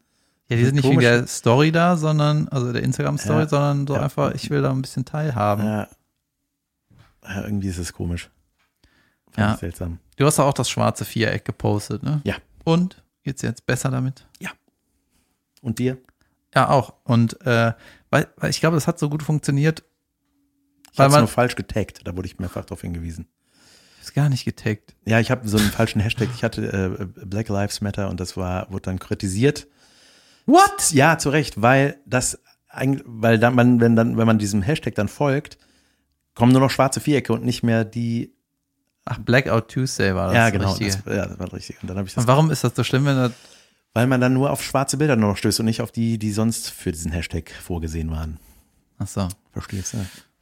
Speaker 2: Ja, die sind nicht wegen
Speaker 1: Komisch.
Speaker 2: der Story da, sondern, also der Instagram-Story,
Speaker 1: Ja.
Speaker 2: sondern so
Speaker 1: Ja.
Speaker 2: einfach, ich will da ein bisschen teilhaben.
Speaker 1: Ja. ja, irgendwie ist es komisch. Fand
Speaker 2: Ja.
Speaker 1: ich Seltsam.
Speaker 2: Du hast doch auch das schwarze Viereck gepostet, ne?
Speaker 1: Ja.
Speaker 2: Und? Geht's dir jetzt besser damit?
Speaker 1: Und dir?
Speaker 2: Ja, auch. Und äh, weil, weil ich glaube, das hat so gut funktioniert,
Speaker 1: Ich
Speaker 2: Weil
Speaker 1: habe es
Speaker 2: man-
Speaker 1: nur falsch getaggt, da wurde ich mehrfach darauf hingewiesen.
Speaker 2: ist gar nicht getaggt.
Speaker 1: Ja, ich habe so einen falschen Hashtag. Ich hatte äh, Black Lives Matter und das war, wurde dann kritisiert.
Speaker 2: What?
Speaker 1: Ja, zu Recht, weil das eigentlich, weil dann, man, wenn dann, wenn man diesem Hashtag dann folgt, kommen nur noch schwarze Vierecke und nicht mehr die.
Speaker 2: Ach, Blackout Tuesday war das.
Speaker 1: ja, genau.
Speaker 2: Richtige.
Speaker 1: Das, ja, das war richtig. Und dann habe ich das,
Speaker 2: Und warum ist das so schlimm, wenn das.
Speaker 1: weil man dann nur auf schwarze Bilder nur noch stößt und nicht auf die, die sonst für diesen Hashtag vorgesehen waren.
Speaker 2: Ach so.
Speaker 1: Verstehst du?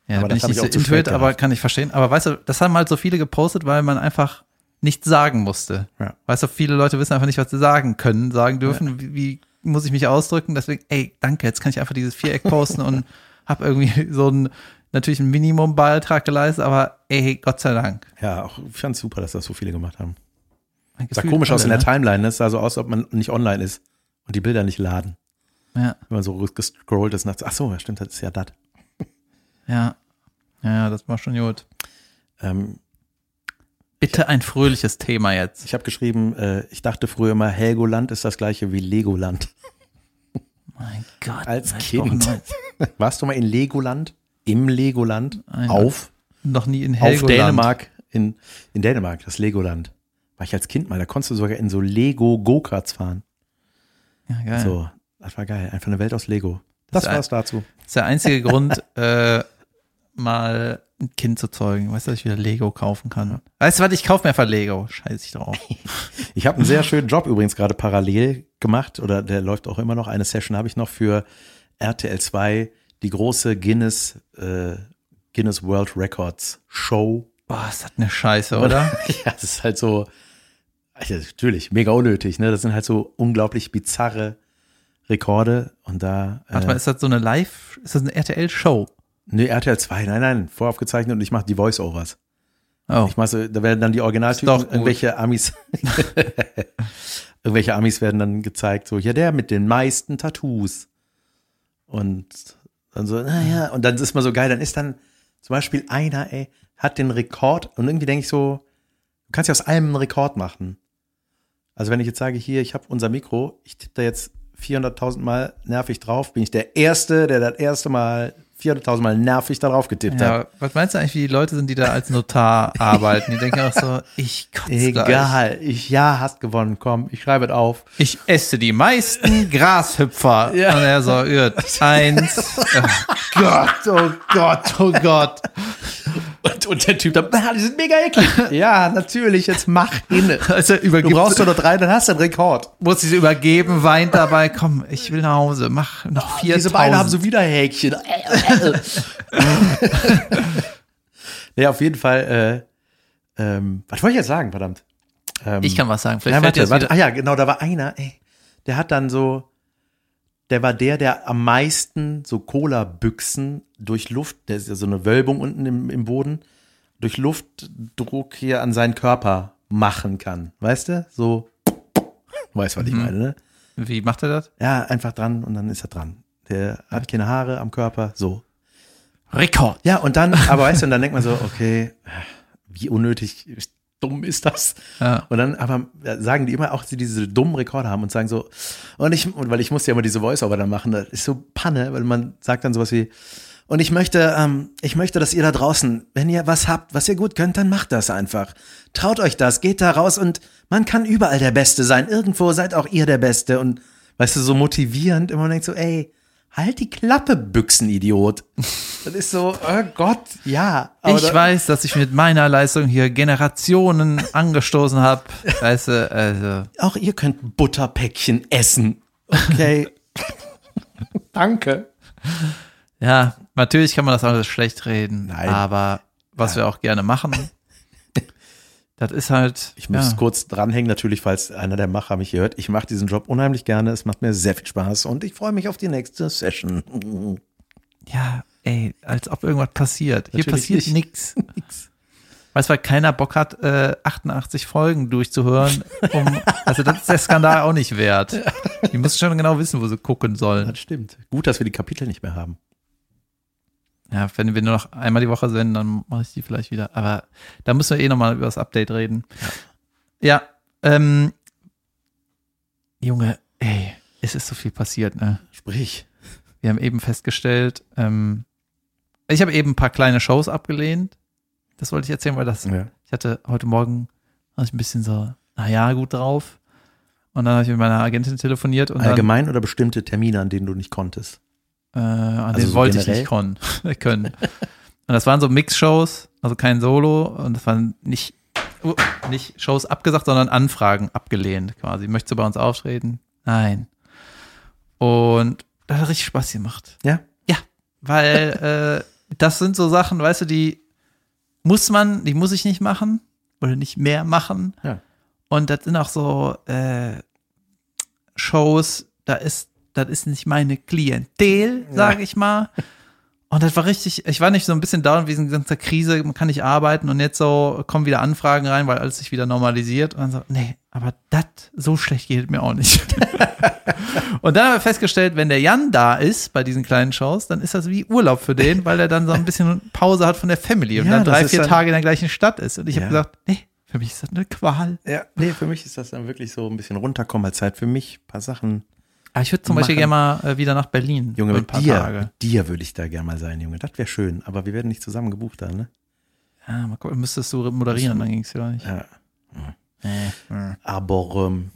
Speaker 2: Ja, bin
Speaker 1: Aber das
Speaker 2: ich
Speaker 1: hab
Speaker 2: nicht
Speaker 1: ich
Speaker 2: so
Speaker 1: auch zu spät
Speaker 2: intuit, aber
Speaker 1: gerafft.
Speaker 2: kann ich verstehen. Aber weißt du, das haben halt so viele gepostet, weil man einfach nichts sagen musste.
Speaker 1: Ja.
Speaker 2: Weißt du, viele Leute wissen einfach nicht, was sie sagen können, sagen dürfen. Wie, wie muss ich mich ausdrücken? Deswegen, ey, danke, jetzt kann ich einfach dieses Viereck posten und habe irgendwie so einen, natürlich einen Minimumbeitrag geleistet, aber ey, Gott sei Dank.
Speaker 1: Ja, auch, ich fand's super, dass das so viele gemacht haben. Sah
Speaker 2: Gefühlt
Speaker 1: komisch aus in
Speaker 2: alle,
Speaker 1: der Timeline, ne? Es sah so aus, als ob man nicht online ist und die Bilder nicht laden.
Speaker 2: ne?
Speaker 1: Wenn man so gescrollt ist, und dachte, ach so, ja, stimmt, das ist ja das.
Speaker 2: Ja, ja. Ja, ja, das war schon gut.
Speaker 1: Ähm,
Speaker 2: Bitte ein fröhliches Thema jetzt.
Speaker 1: ich habe geschrieben, äh, ich dachte früher immer, Helgoland ist das gleiche wie Legoland.
Speaker 2: Mein Gott.
Speaker 1: Als
Speaker 2: sag ich
Speaker 1: Kind.
Speaker 2: doch
Speaker 1: Warst du mal in Legoland? Im Legoland?
Speaker 2: Nein.
Speaker 1: auf?
Speaker 2: Noch nie in
Speaker 1: Auf
Speaker 2: Helgoland.
Speaker 1: Dänemark? In, in Dänemark, das Legoland. War ich als Kind mal, da konntest du sogar in so Lego-Go-Karts fahren.
Speaker 2: Ja, geil.
Speaker 1: So, das war geil. Einfach eine Welt aus Lego.
Speaker 2: Das
Speaker 1: Das,
Speaker 2: ist ein-
Speaker 1: war's dazu.
Speaker 2: Das ist der einzige Grund, äh, mal ein Kind zu zeugen. Weißt du, dass ich wieder Lego kaufen kann? Weißt du was, ich kaufe mir einfach Lego. Scheiß ich drauf.
Speaker 1: Ich habe einen sehr schönen Job übrigens gerade parallel gemacht oder der läuft auch immer noch. Eine Session habe ich noch für RTL 2, die große Guinness, äh, Guinness World Records Show
Speaker 2: Boah, ist das eine Scheiße, oder?
Speaker 1: ja, das ist halt so, also natürlich, mega unnötig, ne? Das sind halt so unglaublich bizarre Rekorde und da.
Speaker 2: Warte mal,
Speaker 1: Äh,
Speaker 2: ist das so eine Live, ist das eine RTL-Show?
Speaker 1: nee, RTL 2, nein, nein, voraufgezeichnet und ich mache die Voice-Overs.
Speaker 2: Oh,
Speaker 1: Ich mache so, da werden dann die
Speaker 2: Ist
Speaker 1: Originaltypen,
Speaker 2: doch gut.
Speaker 1: irgendwelche Amis. irgendwelche Amis werden dann gezeigt, so, ja, der mit den meisten Tattoos. Und dann so, naja, und dann ist man so geil, dann ist dann zum Beispiel einer, ey, hat den Rekord und irgendwie denke ich so, du kannst ja aus allem einen Rekord machen. Also wenn ich jetzt sage, hier, ich habe unser Mikro, ich tippe da jetzt 400.000 Mal nervig drauf, bin ich der Erste, der das erste Mal 400.000 Mal nervig da drauf getippt
Speaker 2: ja,
Speaker 1: hat.
Speaker 2: was meinst du eigentlich, wie die Leute sind, die da als Notar arbeiten? Die denken auch so, ich kotze gleich.
Speaker 1: Egal, ich ja, hast gewonnen, komm, ich schreibe es auf.
Speaker 2: Ich esse die meisten Grashüpfer.
Speaker 1: Ja.
Speaker 2: Und er so, gut, eins. Oh Gott, oh Gott, oh Gott.
Speaker 1: Und, und der Typ da, na, die sind mega eklig. ja, natürlich, jetzt mach hin.
Speaker 2: Also
Speaker 1: Du
Speaker 2: übergibst
Speaker 1: brauchst nur noch drei, dann hast du einen Rekord.
Speaker 2: muss sich übergeben, weint dabei, komm, ich will nach Hause, mach noch vier.
Speaker 1: Diese Beine haben so wieder Häkchen. nee, auf jeden Fall, äh, ähm, was wollte ich jetzt sagen, verdammt? Ähm,
Speaker 2: Ich kann was sagen, vielleicht
Speaker 1: Nein,
Speaker 2: fällt dir
Speaker 1: warte,
Speaker 2: das
Speaker 1: warte.
Speaker 2: wieder.
Speaker 1: Ah ja, genau, da war einer, ey, der hat dann so, der war der, der am meisten so Cola-Büchsen durch Luft, der ist ja so eine Wölbung unten im, im Boden, durch Luftdruck hier an seinen Körper machen kann. Weißt du? So, weißt was ich
Speaker 2: Mhm.
Speaker 1: meine, ne?
Speaker 2: Wie macht er das?
Speaker 1: Ja, einfach dran und dann ist er dran. Der hat keine Haare am Körper, so.
Speaker 2: Rekord.
Speaker 1: Ja, und dann, aber weißt du, und dann denkt man so, okay, wie unnötig dumm ist das?
Speaker 2: Ja.
Speaker 1: Und dann aber äh, sagen die immer auch, dass sie diese dummen Rekorde haben und sagen so, und ich, und weil ich muss ja immer diese Voice-Over dann machen, das ist so Panne, weil man sagt dann sowas wie, und ich möchte, ähm, ich möchte, dass ihr da draußen, wenn ihr was habt, was ihr gut könnt, dann macht das einfach. Traut euch das, geht da raus und man kann überall der Beste sein. Irgendwo seid auch ihr der Beste und weißt du, so motivierend immer und denkt so, ey, halt die Klappe, Büchsenidiot. Das ist so, oh Gott, ja. aber
Speaker 2: ich
Speaker 1: da-
Speaker 2: weiß, dass ich mit meiner Leistung hier Generationen angestoßen habe. Weißt du, also.
Speaker 1: Auch ihr könnt Butterpäckchen essen. Okay. Danke.
Speaker 2: Ja, natürlich kann man das alles schlecht reden,
Speaker 1: Nein.
Speaker 2: aber was wir auch gerne machen, das ist halt.
Speaker 1: Ich muss
Speaker 2: ja.
Speaker 1: kurz dranhängen, natürlich, falls einer der Macher mich hört. Ich mache diesen Job unheimlich gerne. Es macht mir sehr viel Spaß und ich freue mich auf die nächste Session.
Speaker 2: ja, ey, als ob irgendwas passiert. Hier
Speaker 1: Natürlich
Speaker 2: passiert nichts. Weißt du, weil keiner Bock hat, äh, 88 Folgen durchzuhören. Um, also das ist der Skandal auch nicht wert. Die müssen schon genau wissen, wo sie gucken sollen.
Speaker 1: Äh, Das stimmt. Gut, dass wir die Kapitel nicht mehr haben.
Speaker 2: Ja, wenn wir nur noch einmal die Woche senden, dann mache ich die vielleicht wieder. Aber da müssen wir eh nochmal über das Update reden. Ja, ähm, Junge, ey, es ist so viel passiert, ne?
Speaker 1: Sprich.
Speaker 2: Wir haben eben festgestellt, ähm, ich habe eben ein paar kleine Shows abgelehnt. Das wollte ich erzählen, weil das,
Speaker 1: Ja.
Speaker 2: ich hatte heute Morgen, war ich ein bisschen so, naja, gut drauf. Und dann habe ich mit meiner Agentin telefoniert und dann,
Speaker 1: Allgemein oder bestimmte Termine, an denen du nicht konntest?
Speaker 2: äh, an
Speaker 1: Also
Speaker 2: den
Speaker 1: so
Speaker 2: wollte ich
Speaker 1: generell?
Speaker 2: nicht kon können. Und das waren so Mix-Shows, also kein Solo. Und das waren nicht, uh, nicht Shows abgesagt, sondern Anfragen abgelehnt quasi. Möchtest du bei uns auftreten? Nein. Und das hat richtig Spaß gemacht.
Speaker 1: Ja.
Speaker 2: Ja, weil äh, das sind so Sachen, weißt du, die muss man, die muss ich nicht machen oder nicht mehr machen.
Speaker 1: Ja.
Speaker 2: Und das sind auch so äh, Shows, da ist, das ist nicht meine Klientel, sage ich mal. Und das war richtig, ich war nicht so ein bisschen down wegen dieser Krise, man kann nicht arbeiten und jetzt so kommen wieder Anfragen rein, weil alles sich wieder normalisiert. Und dann so, nee, aber das, so schlecht geht mir auch nicht. und dann haben wir festgestellt, wenn der Jan da ist bei diesen kleinen Shows, dann ist das wie Urlaub für den, weil er dann so ein bisschen Pause hat von der Family und
Speaker 1: Ja,
Speaker 2: dann drei,
Speaker 1: das ist
Speaker 2: vier
Speaker 1: dann-
Speaker 2: Tage in der gleichen Stadt ist. Und ich
Speaker 1: Ja.
Speaker 2: habe gesagt, nee, für mich ist das eine Qual.
Speaker 1: Ja, nee, für mich ist das dann wirklich so ein bisschen runterkommen als Zeit für mich. Ein paar Sachen.
Speaker 2: Aber Ah, ich würde zum Beispiel
Speaker 1: Machen.
Speaker 2: gerne mal äh, wieder nach Berlin.
Speaker 1: Junge,
Speaker 2: für ein
Speaker 1: mit
Speaker 2: paar
Speaker 1: dir,
Speaker 2: Tage.
Speaker 1: mit dir würde ich da gerne mal sein, Junge. Das wäre schön, aber wir werden nicht zusammen gebucht da, ne?
Speaker 2: Ja, mal gucken, müsstest du moderieren, dann ging's vielleicht.
Speaker 1: Ja.
Speaker 2: Hm.
Speaker 1: Aber, ähm,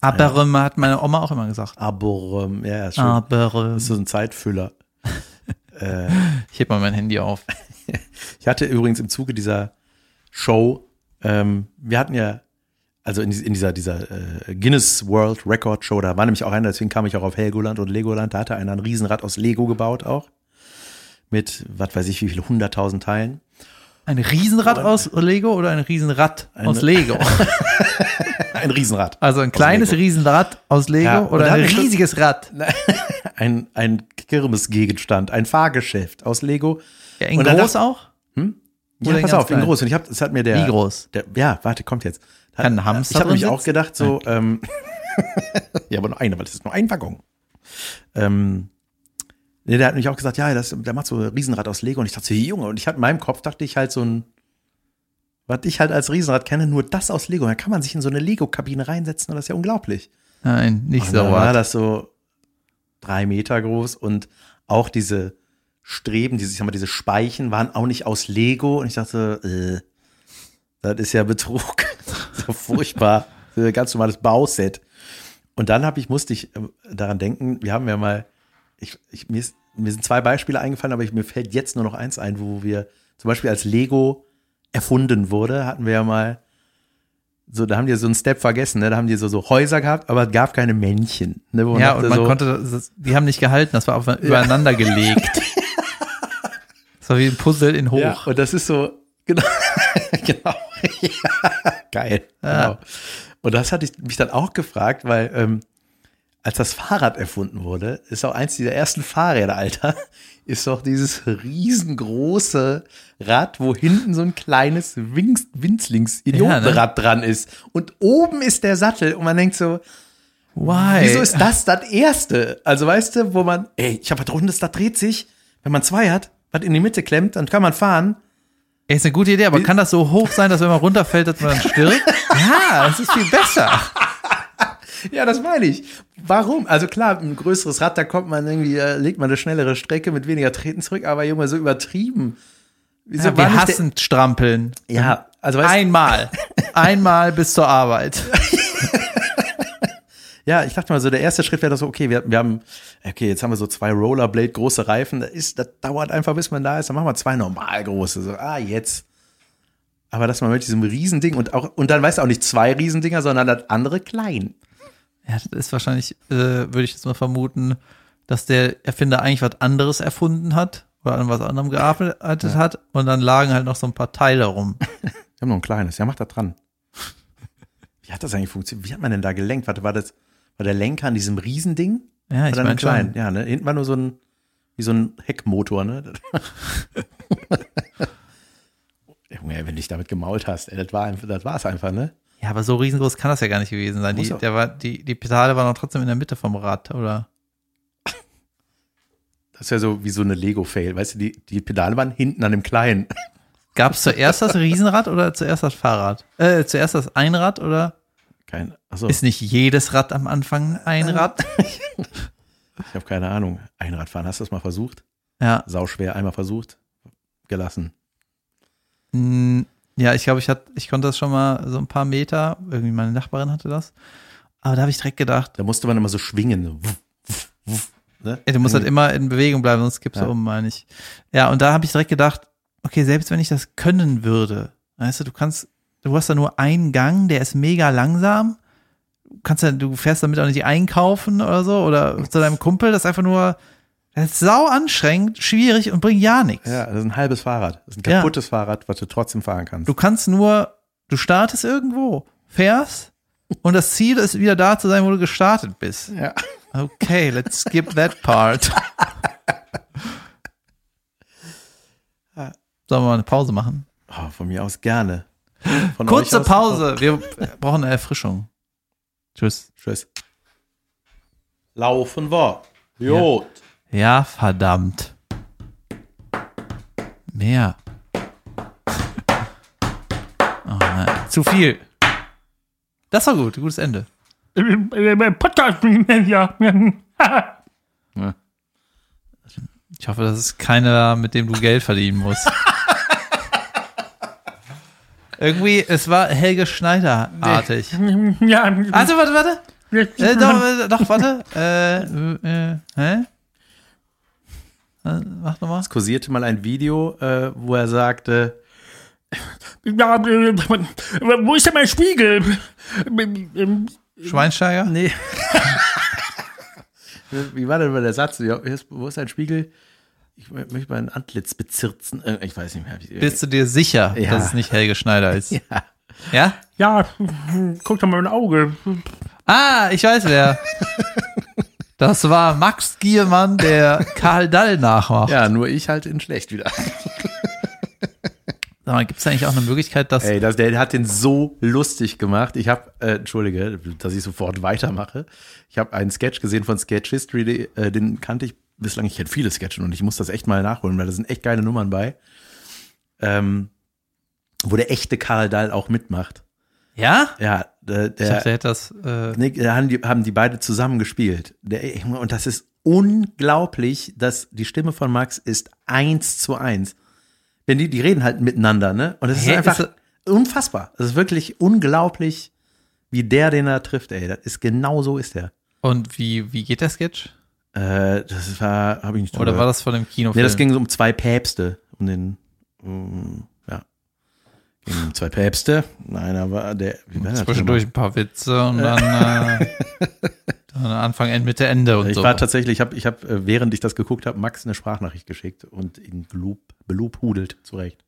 Speaker 2: Aber ähm, hat meine Oma auch immer gesagt.
Speaker 1: aber, ähm, ja, ja, ist schön.
Speaker 2: Aber.
Speaker 1: Das ist so ein Zeitfüller. äh,
Speaker 2: Ich heb mal mein Handy auf.
Speaker 1: Ich hatte übrigens im Zuge dieser Show, ähm, wir hatten ja, also in, dies- in dieser, dieser äh, Guinness World Record Show, da war nämlich auch einer, deswegen kam ich auch auf Helgoland und Legoland, da hatte einer ein Riesenrad aus Lego gebaut auch. Mit, was weiß ich, wie viele, hunderttausend Teilen.
Speaker 2: Ein Riesenrad aus Lego oder ein Riesenrad
Speaker 1: Eine-
Speaker 2: aus Lego?
Speaker 1: Ein Riesenrad.
Speaker 2: Also ein kleines
Speaker 1: Lego.
Speaker 2: Riesenrad aus Lego
Speaker 1: Ja, und
Speaker 2: oder
Speaker 1: da
Speaker 2: ein
Speaker 1: hab ich schon-
Speaker 2: riesiges Rad?
Speaker 1: Ein, ein Kirmesgegenstand, ein Fahrgeschäft aus Lego.
Speaker 2: Ja, in
Speaker 1: Und dann
Speaker 2: groß
Speaker 1: dacht-
Speaker 2: auch?
Speaker 1: Ja,
Speaker 2: Oder in
Speaker 1: pass
Speaker 2: ganz
Speaker 1: auf, in
Speaker 2: klein?
Speaker 1: groß. Und ich hab, das hat mir der.
Speaker 2: Wie groß?
Speaker 1: Der, ja, warte, kommt jetzt.
Speaker 2: Kann ein Hamster
Speaker 1: Ich habe
Speaker 2: drin
Speaker 1: nämlich auch
Speaker 2: sitzen?
Speaker 1: gedacht, so, ähm, ja, aber nur eine, weil das ist nur ein Waggon. Ähm, nee, der hat nämlich auch gesagt, ja, das, der macht so ein Riesenrad aus Lego. Und ich dachte, so, Junge, und ich hatte in meinem Kopf, dachte ich halt so ein, was ich halt als Riesenrad kenne, nur das aus Lego. Da kann man sich in so eine Lego-Kabine reinsetzen und das ist ja unglaublich.
Speaker 2: Nein, nicht
Speaker 1: Und
Speaker 2: so
Speaker 1: dann war
Speaker 2: was.
Speaker 1: das so drei Meter groß und auch diese Streben, diese, ich sag mal, diese Speichen waren auch nicht aus Lego und ich dachte, äh, das ist ja Betrug. so furchtbar. So ein ganz normales Bauset. Und dann habe ich, musste ich äh, daran denken, wir haben ja mal, ich, ich, mir, ist, mir sind zwei Beispiele eingefallen, aber ich, mir fällt jetzt nur noch eins ein, wo wir zum Beispiel als Lego erfunden wurde, hatten wir ja mal so, da haben die so einen Step vergessen, ne? da haben die so, so Häuser gehabt, aber es gab keine Männchen. Ne? Wo man
Speaker 2: Ja,
Speaker 1: dachte
Speaker 2: und man
Speaker 1: so,
Speaker 2: konnte, das, die haben nicht gehalten, das war auf, übereinander gelegt. Das war wie ein Puzzle in hoch.
Speaker 1: Ja, und das ist so, genau, genau, ja, geil,
Speaker 2: Ja.
Speaker 1: genau. Und das hatte ich mich dann auch gefragt, weil ähm, als das Fahrrad erfunden wurde, ist auch eins dieser ersten Fahrräder, Alter, ist doch dieses riesengroße Rad, wo hinten so ein kleines Winz, Winzlings-Idiotenrad dran ist. Und oben ist der Sattel und man denkt so,
Speaker 2: Why?
Speaker 1: Wieso ist das das Erste? Also weißt du, wo man, ey, ich habe was Rundes, das dreht sich. Wenn man zwei hat, was in die Mitte klemmt, dann kann man fahren.
Speaker 2: Ey, ist eine gute Idee, aber kann das so hoch sein, dass wenn man runterfällt, dass man dann stirbt? ja, das ist viel besser.
Speaker 1: Ja, das meine ich. Warum? Also klar, ein größeres Rad, da kommt man irgendwie, äh, legt man eine schnellere Strecke mit weniger Treten zurück, aber Junge, so übertrieben. Wieso
Speaker 2: Ja,
Speaker 1: war
Speaker 2: wir
Speaker 1: nicht
Speaker 2: hassen Strampeln.
Speaker 1: Der, ja, also weißt
Speaker 2: Einmal. Einmal bis zur Arbeit.
Speaker 1: Ja, ich dachte mal so, der erste Schritt wäre das so, okay, wir, wir haben, okay, jetzt haben wir so zwei Rollerblade große Reifen. Das, ist, das dauert einfach, bis man da ist. Dann machen wir zwei normal große. So, ah, jetzt. Aber dass man mit diesem Riesending und auch, und dann weißt du auch nicht zwei Riesendinger, sondern das andere klein.
Speaker 2: Ja, das ist wahrscheinlich, äh, würde ich jetzt mal vermuten, dass der Erfinder eigentlich was anderes erfunden hat oder an was anderem gearbeitet hat und dann lagen halt noch so ein paar Teile rum.
Speaker 1: Wir haben noch ein kleines. Ja, mach da dran. Wie hat das eigentlich funktioniert? Wie hat man denn da gelenkt? Warte, war das, war der Lenker an diesem Riesending?
Speaker 2: Ja,
Speaker 1: War
Speaker 2: ich
Speaker 1: dann ein
Speaker 2: meine
Speaker 1: klein.
Speaker 2: schon.
Speaker 1: Ja, ne? hinten war nur so ein, wie so ein Heckmotor, ne? Junge, ey, wenn du dich damit gemault hast, ey, das war einfach, das war's einfach, ne?
Speaker 2: Ja, aber so riesengroß kann das ja gar nicht gewesen sein.
Speaker 1: Muss
Speaker 2: Die,
Speaker 1: doch-
Speaker 2: der war, die, die Pedale waren auch trotzdem in der Mitte vom Rad, oder?
Speaker 1: Das ist ja so wie so eine Lego-Fail, weißt du, die, die Pedale waren hinten an dem Kleinen.
Speaker 2: Gab's zuerst das Riesenrad oder zuerst das Fahrrad? Äh, zuerst das Einrad oder?
Speaker 1: Kein, achso,
Speaker 2: Ist nicht jedes Rad am Anfang ein Rad?
Speaker 1: ich habe keine Ahnung. Einradfahren, hast du das mal versucht?
Speaker 2: Ja.
Speaker 1: Sauschwer, einmal versucht, gelassen.
Speaker 2: Mm, Ja, ich glaube, ich, hat- ich konnte das schon mal so ein paar Meter. Irgendwie meine Nachbarin hatte das. Aber da habe ich direkt gedacht,
Speaker 1: Da musste man immer so schwingen. so wuff, wuff, wuff, Ne?
Speaker 2: ey, du musst halt immer in Bewegung bleiben, sonst kippst
Speaker 1: Ja.
Speaker 2: du um, meine ich. Ja, und da habe ich direkt gedacht, okay, selbst wenn ich das können würde, weißt du, du kannst, du hast da nur einen Gang, der ist mega langsam. Du Kannst ja, du fährst damit auch nicht einkaufen oder so oder zu deinem Kumpel, das ist einfach nur, das ist sau anstrengend, schwierig und bringt ja nichts.
Speaker 1: Ja, das ist ein halbes Fahrrad. Das ist ein
Speaker 2: Ja.
Speaker 1: kaputtes Fahrrad, was du trotzdem fahren kannst.
Speaker 2: Du kannst nur, du startest irgendwo, fährst und das Ziel ist wieder da zu sein, wo du gestartet bist.
Speaker 1: ja.
Speaker 2: Okay, let's skip that part. Sollen wir mal eine Pause machen?
Speaker 1: Oh, von mir aus gerne. Von
Speaker 2: Kurze
Speaker 1: euch aus-
Speaker 2: Pause. Wir brauchen eine Erfrischung. Tschüss.
Speaker 1: Tschüss. Laufen wir. Jod.
Speaker 2: Ja, verdammt. Mehr. Oh, nein. Zu viel. Das war gut. Gutes Ende.
Speaker 3: Podcast ja.
Speaker 2: Ich hoffe, das ist keiner, mit dem du Geld verdienen musst. Irgendwie, es war Helge Schneider-artig.
Speaker 3: Ja.
Speaker 2: Also, warte, warte. Äh, doch, äh, doch, warte. Äh, äh, hä? Äh, Mach nochmal.
Speaker 1: Es kursierte mal ein Video, äh, wo er sagte,
Speaker 3: Ja, äh, Wo ist denn mein Spiegel?
Speaker 2: Schweinsteiger?
Speaker 1: nee. Wie war denn mal der Satz? Ja, hier ist- Wo ist ein Spiegel? Ich mö- möchte mein Antlitz bezirzen. Äh, Ich weiß nicht mehr. wie-
Speaker 2: Bist du dir sicher,
Speaker 1: Ja.
Speaker 2: dass es nicht Helge Schneider ist? Ja?
Speaker 1: ja.
Speaker 3: Ja, guck doch mal in mein Auge.
Speaker 2: Ah, ich weiß wer. Das war Max Giermann, der Karl Dall nachmacht.
Speaker 1: ja, nur ich halt in schlecht wieder.
Speaker 2: Sag mal, gibt's da eigentlich auch eine Möglichkeit, dass
Speaker 1: Ey, das, der hat den so lustig gemacht. Ich habe, äh, entschuldige, dass ich sofort weitermache. Ich habe einen Sketch gesehen von Sketch History, äh, den kannte ich bislang. Ich hätte viele Sketchen und ich muss das echt mal nachholen, weil da sind echt geile Nummern bei. Ähm, wo der echte Karl Dahl auch mitmacht.
Speaker 2: Ja?
Speaker 1: Ja, der,
Speaker 2: Ich dachte,
Speaker 1: der,
Speaker 2: er hätte das. Äh,
Speaker 1: nee, da haben, die, haben die beide zusammen gespielt. Der, Junge, und das ist unglaublich, dass die Stimme von Max ist eins zu eins. Denn die, die reden halt miteinander, ne? Und das ist
Speaker 2: Hä,
Speaker 1: einfach
Speaker 2: ist
Speaker 1: unfassbar. Das ist wirklich unglaublich, wie der, den er trifft, ey. Das ist genau so ist er.
Speaker 2: und wie, wie geht der Sketch?
Speaker 1: Äh, das war, habe ich nicht
Speaker 2: Oder war das von dem Kinofilm?
Speaker 1: Nee, das ging so um zwei Päpste. Um den, um, ja. Ging um zwei Päpste. Einer war der. Wie war das nochmal?
Speaker 2: Zwischendurch ein paar Witze und dann, äh, dann Anfang, Ende, Mitte, Ende und
Speaker 1: Ich
Speaker 2: so.
Speaker 1: war tatsächlich, ich habe, ich hab, äh, während ich das geguckt habe, Max eine Sprachnachricht geschickt und ihn gelob, belobhudelt, zurecht.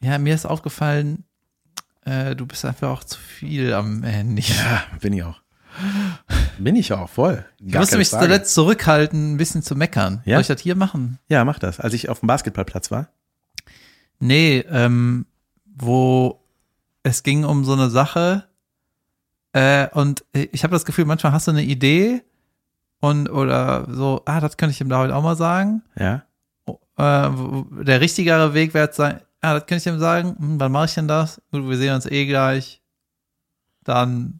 Speaker 2: Ja, mir ist aufgefallen, äh, du bist einfach auch zu viel am Handy.
Speaker 1: Ja, Ah, bin ich auch. Bin ich auch, voll.
Speaker 2: ich musste mich zuletzt zurückhalten, ein bisschen zu meckern.
Speaker 1: Ja?
Speaker 2: Soll ich das hier machen?
Speaker 1: Ja, mach das. Als ich auf dem Basketballplatz war.
Speaker 2: Nee, ähm, wo es ging um so eine Sache äh, und ich habe das Gefühl, manchmal hast du eine Idee und oder so, ah, das könnte ich dem David auch mal sagen.
Speaker 1: Ja.
Speaker 2: äh, w- w- der richtigere Weg wäre zu sein, ja, das könnte ich ihm sagen, hm, wann mache ich denn das? Gut, wir sehen uns eh gleich. Dann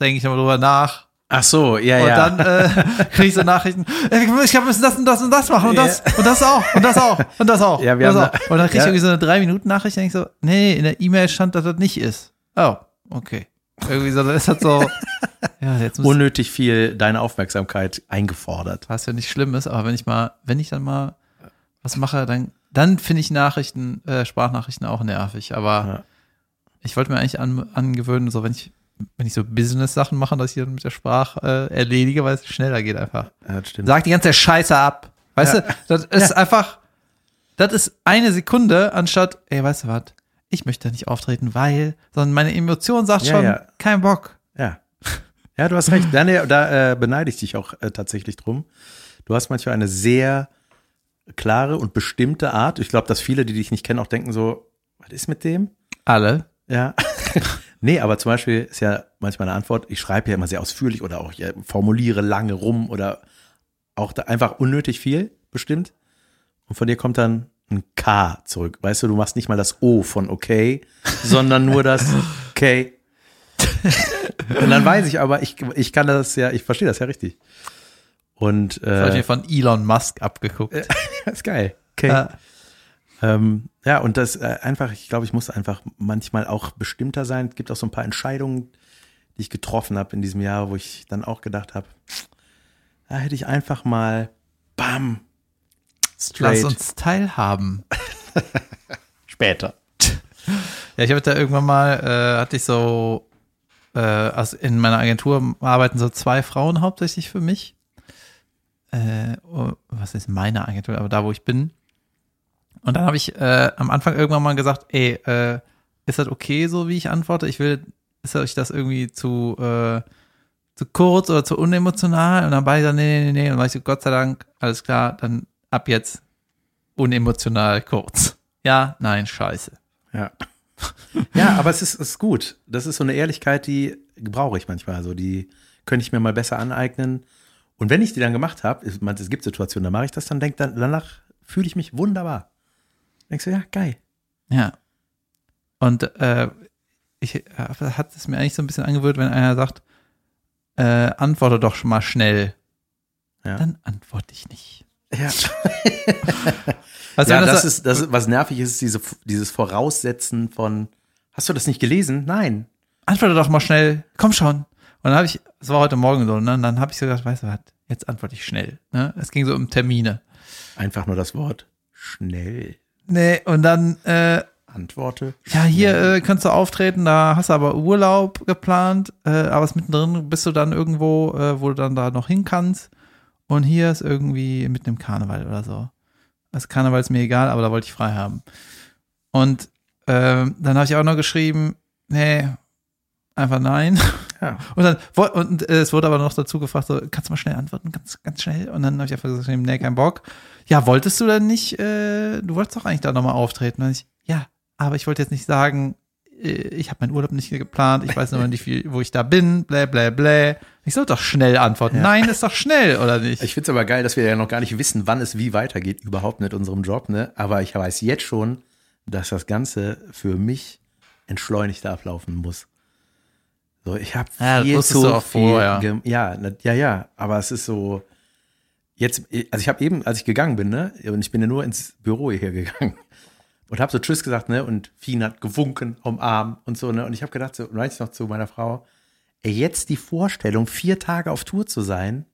Speaker 2: denke ich nochmal drüber nach.
Speaker 1: Ach so, ja,
Speaker 2: Und
Speaker 1: ja.
Speaker 2: dann äh, kriege ich so Nachrichten, äh, ich glaube, wir müssen das und das und das machen und
Speaker 1: Ja.
Speaker 2: das und das auch und das auch und das auch.
Speaker 1: Ja, wir
Speaker 2: und, das
Speaker 1: haben
Speaker 2: auch. und dann kriege ich
Speaker 1: Ja.
Speaker 2: irgendwie so eine drei Minuten Nachricht, denke ich so, nee, in der E-Mail stand, dass das nicht ist. Oh, okay. Irgendwie so, das hat so, ja, jetzt muss,
Speaker 1: unnötig viel deine Aufmerksamkeit eingefordert.
Speaker 2: was ja nicht schlimm ist, aber wenn ich mal, wenn ich dann mal was mache, dann, dann finde ich Nachrichten, äh, Sprachnachrichten auch nervig. Aber
Speaker 1: Ja.
Speaker 2: ich wollte mir eigentlich an, angewöhnen, so wenn ich, wenn ich so Business-Sachen mache, dass ich die dann mit der Sprache äh, erledige, weil es schneller geht einfach.
Speaker 1: Ja, das stimmt.
Speaker 2: Sag die ganze Scheiße ab. Weißt du, das ist einfach, das ist eine Sekunde, anstatt, ey, weißt du was, ich möchte da nicht auftreten, weil, sondern meine Emotion sagt
Speaker 1: Ja,
Speaker 2: schon,
Speaker 1: ja.
Speaker 2: kein Bock.
Speaker 1: Ja. Ja, du hast recht. Da, nee, da äh, beneide ich dich auch äh, tatsächlich drum. Du hast manchmal eine sehr klare und bestimmte Art. Ich glaube, dass viele, die dich nicht kennen, auch denken so, was ist mit dem?
Speaker 2: Alle.
Speaker 1: Ja. nee, aber zum Beispiel ist ja manchmal eine Antwort, ich schreibe ja immer sehr ausführlich oder auch ich äh, formuliere lange rum oder auch da einfach unnötig viel, bestimmt. Und von dir kommt dann ein K zurück. Weißt du, du machst nicht mal das O von okay, sondern nur das okay. Und dann weiß ich aber, ich, ich kann das ja, ich verstehe das ja richtig. Und
Speaker 2: Das habe ich mir
Speaker 1: äh,
Speaker 2: von Elon Musk abgeguckt.
Speaker 1: das ist geil. Okay.
Speaker 2: Ja.
Speaker 1: Ähm, ja, und das äh, einfach, ich glaube, ich muss einfach manchmal auch bestimmter sein. Es gibt auch so ein paar Entscheidungen, die ich getroffen habe in diesem Jahr, wo ich dann auch gedacht habe, da hätte ich einfach mal bam,
Speaker 2: Lass
Speaker 1: straight.
Speaker 2: uns teilhaben.
Speaker 1: später.
Speaker 2: Ja, ich habe da irgendwann mal, äh, hatte ich so, äh, also in meiner Agentur arbeiten so zwei Frauen hauptsächlich für mich. Äh, oh, was ist meine Agentur, aber da, wo ich bin. Und dann habe ich äh, am Anfang irgendwann mal gesagt, ey, äh, ist das okay so, wie ich antworte? Ich will, ist euch das irgendwie zu, äh, zu kurz oder zu unemotional? Und dann beide sagen, nee, nee, nee, nee. Und dann war ich so, Gott sei Dank, alles klar, dann ab jetzt unemotional kurz. Ja, nein, scheiße.
Speaker 1: Ja. ja, aber es ist, es ist gut. Das ist so eine Ehrlichkeit, die brauche ich manchmal. Also die könnte ich mir mal besser aneignen. Und wenn ich die dann gemacht habe, ist- man- es gibt Situationen, da mache ich das, dann denke dann, danach fühle ich mich wunderbar. Denkst du, ja, geil.
Speaker 2: Ja. Und äh, ich äh, hat es mir eigentlich so ein bisschen angewöhnt, wenn einer sagt, äh, antworte doch schon mal schnell.
Speaker 1: Ja.
Speaker 2: Dann antworte ich nicht.
Speaker 1: Ja.
Speaker 2: Also
Speaker 1: ja,
Speaker 2: wenn
Speaker 1: das ist, das ist, was nervig ist, ist diese, dieses Voraussetzen von, hast du das nicht gelesen? Nein.
Speaker 2: antworte doch mal schnell, komm schon. Und dann habe ich, es war heute Morgen so, ne? und dann habe ich so gedacht, weißt du was, jetzt antworte ich schnell. Ne? Es ging so um Termine.
Speaker 1: Einfach nur das Wort schnell.
Speaker 2: Nee, und dann, äh,
Speaker 1: Antworte.
Speaker 2: ja, hier äh, kannst du auftreten, da hast du aber Urlaub geplant, äh, aber es mittendrin bist du dann irgendwo, äh, wo du dann da noch hin kannst. Und hier ist irgendwie mit einem Karneval oder so. Das Karneval ist mir egal, aber da wollte ich frei haben. Und ähm, dann habe ich auch noch geschrieben, nee, einfach nein.
Speaker 1: Ja.
Speaker 2: Und dann wo- und äh, es wurde aber noch dazu gefragt, so, kannst du mal schnell antworten, ganz, ganz schnell. Und dann habe ich einfach gesagt, nee, kein Bock. Ja, wolltest du denn nicht, äh, du wolltest doch eigentlich da nochmal auftreten. Und ich, ja, aber ich wollte jetzt nicht sagen, äh, ich habe meinen Urlaub nicht geplant, ich weiß noch nicht, wie, wo ich da bin, blä, blä, blä. Ich soll doch schnell antworten. Nein, ist doch schnell, oder nicht?
Speaker 1: Ich find's aber geil, dass wir ja noch gar nicht wissen, wann es wie weitergeht, überhaupt mit unserem Job, ne? Aber ich weiß jetzt schon, dass das Ganze für mich entschleunigter ablaufen muss. So, ich habe
Speaker 2: Ja, das
Speaker 1: viel
Speaker 2: wusstest
Speaker 1: zu
Speaker 2: du auch
Speaker 1: viel
Speaker 2: vorher.
Speaker 1: gem- ja, na- ja, ja, aber es ist so jetzt also ich habe eben als ich gegangen bin, ne, und ich bin ja nur ins Büro hier gegangen und habe so tschüss gesagt, ne, und Fien hat gewunken, umarmt und so, ne, und ich habe gedacht, so und weiß ich noch zu meiner Frau, ey, jetzt die Vorstellung, vier Tage auf Tour zu sein,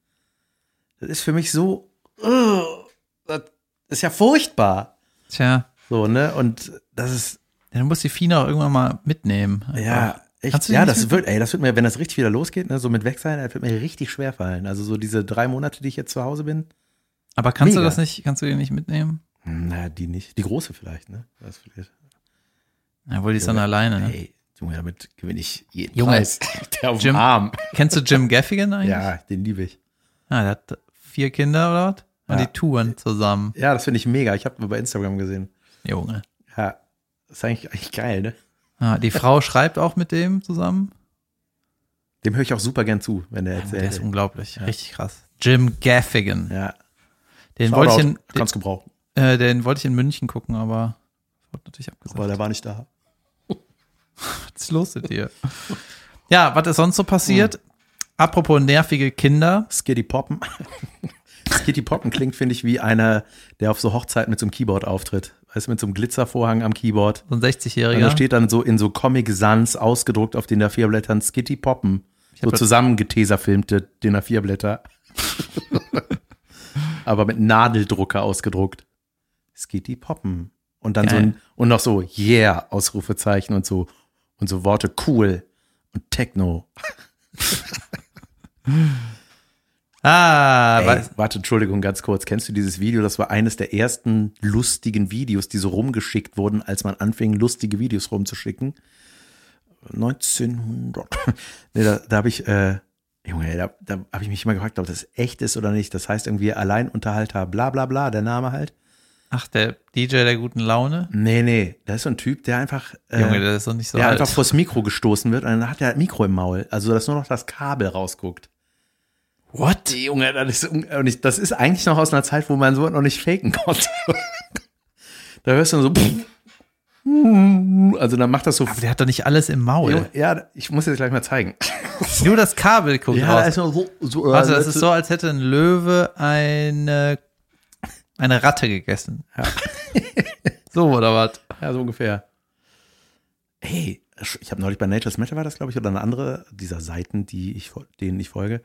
Speaker 1: das ist für mich so, ugh, das ist ja furchtbar.
Speaker 2: Tja,
Speaker 1: So, ne? Und das ist,
Speaker 2: ja, dann muss die Fina auch irgendwann mal mitnehmen.
Speaker 1: ja,
Speaker 2: Ah,
Speaker 1: echt,
Speaker 2: Kannst du
Speaker 1: ja,
Speaker 2: nicht
Speaker 1: das
Speaker 2: mit-
Speaker 1: wird, ey, das wird mir, wenn das richtig wieder losgeht, ne, so mit weg sein, das wird mir richtig schwer fallen. Also so diese drei Monate, die ich jetzt zu Hause bin,
Speaker 2: Aber kannst du
Speaker 1: Mega.
Speaker 2: das nicht, kannst du die nicht mitnehmen?
Speaker 1: hm, na, die nicht. Die große vielleicht, ne? Das vielleicht.
Speaker 2: Ja, wohl die ist dann alleine. Ne?
Speaker 1: Ey, Junge, damit gewinne ich jeden
Speaker 2: Junge,
Speaker 1: Preis. Der auf
Speaker 2: Jim-
Speaker 1: dem Arm.
Speaker 2: Kennst du Jim Gaffigan eigentlich?
Speaker 1: Ja, den liebe ich.
Speaker 2: Ah, der hat vier Kinder oder was? Und
Speaker 1: Ja.
Speaker 2: die touren zusammen.
Speaker 1: Ja, das finde ich mega. Ich habe mir bei Instagram gesehen.
Speaker 2: Junge.
Speaker 1: Ja, das ist eigentlich, eigentlich geil, ne?
Speaker 2: Ah, die Frau schreibt auch mit dem zusammen.
Speaker 1: Dem höre ich auch super gern zu, wenn der
Speaker 2: Der ist
Speaker 1: erzählt.
Speaker 2: unglaublich. Richtig krass. Jim Gaffigan.
Speaker 1: Ja,
Speaker 2: Den,
Speaker 1: Shoutout.
Speaker 2: wollte ich in, den,
Speaker 1: Kannst gebrauchen.
Speaker 2: äh, den wollte ich in München gucken, aber wurde natürlich abgesagt.
Speaker 1: Aber der war nicht da.
Speaker 2: Was ist los mit dir? ja, was ist sonst so
Speaker 1: Hm.
Speaker 2: passiert? Apropos nervige Kinder.
Speaker 1: Skitty Poppen. Skitty Poppen klingt, finde ich, wie einer, der auf so Hochzeiten mit so einem Keyboard auftritt. weißt du, mit so einem Glitzervorhang am Keyboard.
Speaker 2: So ein
Speaker 1: Und da
Speaker 2: 60-Jähriger.
Speaker 1: steht dann so in so Comic Sans ausgedruckt auf den da vier Blättern Skitty Poppen. So
Speaker 2: das-
Speaker 1: zusammengeteserfilmte den da vier Blätter. Aber mit Nadeldrucker ausgedruckt. Skitty Poppen. Und dann so
Speaker 2: Geil.
Speaker 1: ein, und noch so Yeah Ausrufezeichen und so und so Worte cool und Techno.
Speaker 2: Ah,
Speaker 1: Ey,
Speaker 2: weiß,
Speaker 1: warte, Entschuldigung, ganz kurz. Kennst du dieses Video? Das war eines der ersten lustigen Videos, die so rumgeschickt wurden, als man anfing, lustige Videos rumzuschicken. 1900. nee, da da habe ich, äh, Junge, da, da habe ich mich immer gefragt, ob das echt ist oder nicht. Das heißt irgendwie Alleinunterhalter, bla bla bla, der Name halt.
Speaker 2: ach, der DJ der guten Laune.
Speaker 1: Nee, nee, da ist so ein Typ, der einfach, äh,
Speaker 2: Junge, der ist doch nicht so
Speaker 1: der
Speaker 2: alt.
Speaker 1: einfach vors Mikro gestoßen wird und dann hat er ein Mikro im Maul. Also, dass nur noch das Kabel rausguckt.
Speaker 2: What?
Speaker 1: Die Junge, das ist, un- und ich, das ist eigentlich noch aus einer Zeit, wo man so noch nicht faken konnte. da hörst du dann so. Also dann macht das so.
Speaker 2: Aber der hat doch nicht alles im Maul.
Speaker 1: Junge, ja, ich muss jetzt gleich mal zeigen.
Speaker 2: Nur das Kabel guckt raus.
Speaker 1: erstmal so. so
Speaker 2: Also das ist so, als hätte ein Löwe eine, eine Ratte gegessen. so oder was?
Speaker 1: Ja, so ungefähr. Hey, ich habe neulich bei Nature's Matter war das, glaube ich, oder eine andere dieser Seiten, die ich, fol- denen ich folge,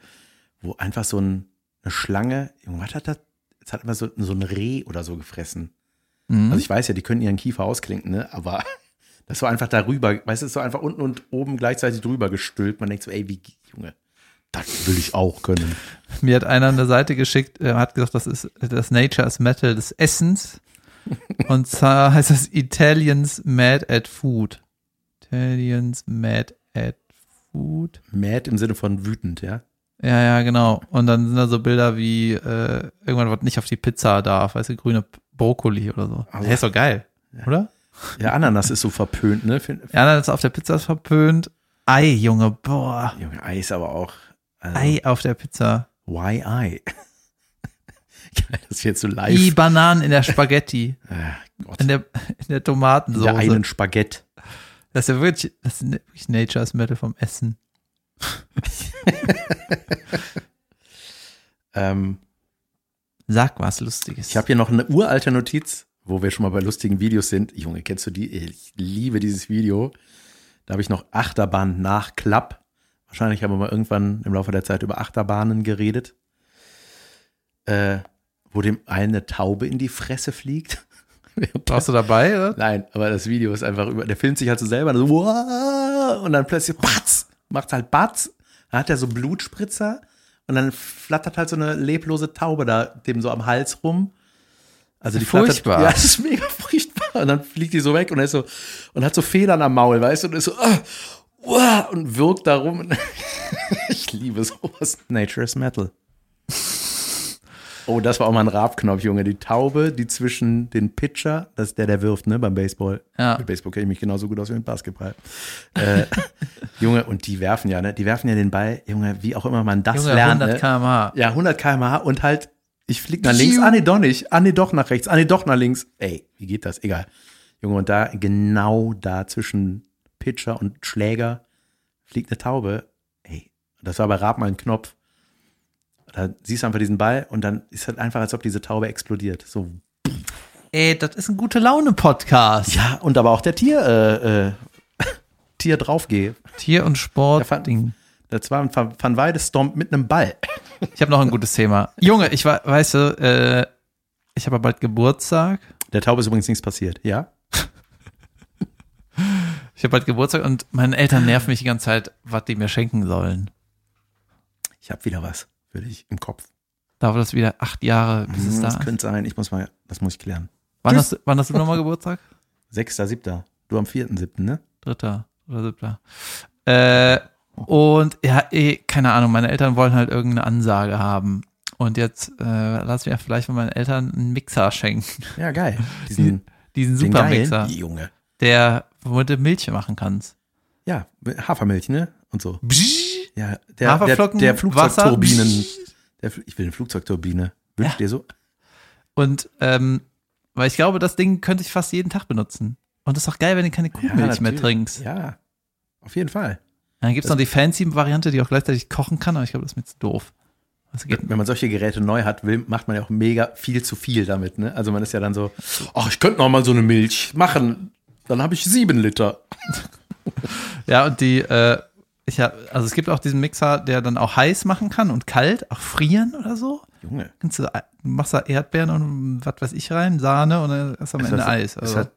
Speaker 1: wo einfach so ein, eine Schlange, Junge, was hat das? Jetzt hat immer so, so ein Reh oder so gefressen.
Speaker 2: Mhm.
Speaker 1: Also ich weiß ja, die können ihren Kiefer ausklinken, ne? Aber das war einfach darüber, weißt du, so einfach unten und oben gleichzeitig drüber gestülpt. Man denkt so, ey, wie, Junge, das will ich auch können.
Speaker 2: Mir hat einer an der Seite geschickt, äh, hat gesagt, das ist das Nature is Metal des Essens. Und zwar heißt das Italians Mad at Food. Italians Mad at Food.
Speaker 1: Mad im Sinne von wütend, ja?
Speaker 2: Ja, ja, genau. Und dann sind da so Bilder wie äh, irgendwann, was nicht auf die Pizza darf, weißt du, grüne Brokkoli oder so.
Speaker 1: Aber-
Speaker 2: Der ist doch geil, oder?
Speaker 1: Ja, Ananas ist so verpönt, ne? Find,
Speaker 2: Ja, dann ist auf der Pizza verpönt. Ei, Junge, boah.
Speaker 1: Junge, Eis aber auch. Also,
Speaker 2: Ei auf der Pizza.
Speaker 1: Why I? Geil, dass wir jetzt so live.
Speaker 2: I Bananen in der Spaghetti,
Speaker 1: Ach Gott,
Speaker 2: in der, in der Tomatensoße.
Speaker 1: in der einen Spaghetti.
Speaker 2: Das ist ja wirklich, das ist wirklich Nature's Metal vom Essen.
Speaker 1: Ähm,
Speaker 2: Sag was Lustiges.
Speaker 1: Ich habe hier noch eine uralte Notiz, wo wir schon mal bei lustigen Videos sind. Junge, kennst du die? Ich liebe dieses Video. Da habe ich noch Achterbahn nach Klapp. Wahrscheinlich haben wir mal irgendwann im Laufe der Zeit über Achterbahnen geredet. Äh, wo dem einen eine Taube in die Fresse fliegt.
Speaker 2: Warst du dabei, oder?
Speaker 1: Nein, aber das Video ist einfach über. Der filmt sich halt so selber so, "Wah!" und dann plötzlich Batz! Macht halt Batz. Dann hat er so Blutspritzer und dann flattert halt so eine leblose Taube da dem so am Hals rum. Also die
Speaker 2: Furchtbar.
Speaker 1: Flattert, ja, das ist mega furchtbar. Und dann fliegt die so weg und er ist so und hat so Federn am Maul, weißt du? Und ist so ah, uah, und wirkt da rum. ich liebe sowas. Nature is Metal. Oh, das war auch mal ein Rabknopf, Junge. Die Taube, die zwischen den Pitcher, das ist der, der wirft, ne, beim Baseball.
Speaker 2: Ja.
Speaker 1: Mit Baseball kenne ich mich genauso gut aus wie mit Basketball. Äh, Junge, und die werfen ja, ne? Die werfen ja den Ball, Junge, wie auch immer man das
Speaker 2: Junge,
Speaker 1: lernt.
Speaker 2: 100
Speaker 1: ne?
Speaker 2: km/h.
Speaker 1: Ja, 100 km/h und halt, ich flieg nach links, ah nee, doch nicht, ah nee, doch nach rechts, ah nee, doch nach links. Ey, wie geht das? Egal. Junge, und da, genau da zwischen Pitcher und Schläger fliegt eine Taube. Ey, das war bei Raab mal ein Knopf. Da siehst du einfach diesen Ball und dann ist halt einfach, als ob diese Taube explodiert. So,
Speaker 2: Ey, das ist ein gute Laune-Podcast.
Speaker 1: ja, und aber auch der Tier, äh, äh, Tier draufgehe.
Speaker 2: Tier- und
Speaker 1: fand-
Speaker 2: Sport-Ding.
Speaker 1: Das war ein Van Van Weide-Stomp mit einem Ball.
Speaker 2: Ich habe noch ein gutes Thema. Junge, ich war, weißt du, äh, ich habe ja bald Geburtstag.
Speaker 1: Der Taube ist übrigens nichts passiert, ja?
Speaker 2: Ich habe bald Geburtstag und meine Eltern nerven mich die ganze Zeit, was die mir schenken sollen.
Speaker 1: Ich habe wieder was für dich im Kopf.
Speaker 2: Dauert das wieder acht Jahre, bis es
Speaker 1: Hm,
Speaker 2: da
Speaker 1: Das
Speaker 2: ist.
Speaker 1: könnte sein, ich muss mal, das muss ich klären.
Speaker 2: Wann hast, du- wann hast du nochmal Geburtstag?
Speaker 1: Sechster, siebter. Du am vierten, siebten, ne?
Speaker 2: Dritter oder siebter. Äh, und ja, eh, keine Ahnung, meine Eltern wollten halt irgendeine Ansage haben. Und jetzt äh, lass mir vielleicht von meinen Eltern einen Mixer schenken.
Speaker 1: Ja, geil. Diesen,
Speaker 2: Diesen
Speaker 1: den
Speaker 2: Supermixer,
Speaker 1: geilen Junge.
Speaker 2: der, womit du Milch machen kannst.
Speaker 1: Ja, Hafermilch, ne? Und so. Ja, der, der,
Speaker 2: Haferflocken,
Speaker 1: der
Speaker 2: Wasser,
Speaker 1: Flugzeugturbinen. Der, Fl- ich will eine Flugzeugturbine. Wünsch
Speaker 2: Ja.
Speaker 1: dir so.
Speaker 2: Und ähm, weil ich glaube, das Ding könnte ich fast jeden Tag benutzen. Und das ist doch geil, wenn du keine Kuhmilch mehr
Speaker 1: natürlich.
Speaker 2: trinkst.
Speaker 1: Ja, auf jeden Fall.
Speaker 2: Also Dann gibt's noch die fancy Variante, die auch gleichzeitig kochen kann, aber ich glaube, das ist mir jetzt doof. Was geht denn?
Speaker 1: Wenn man solche Geräte neu hat, will, macht man ja auch mega viel zu viel damit. Ne? Also man ist ja dann so, ach, ich könnte noch mal so eine Milch machen. Dann habe ich sieben Liter.
Speaker 2: Ja, und die, äh, ich hab, also es gibt auch diesen Mixer, der dann auch heiß machen kann und kalt, auch frieren oder so.
Speaker 1: Junge.
Speaker 2: Kannst du, äh, machst da Erdbeeren und was weiß ich rein, Sahne und dann ist am Ende Eis.
Speaker 1: Ist
Speaker 2: Also.
Speaker 1: halt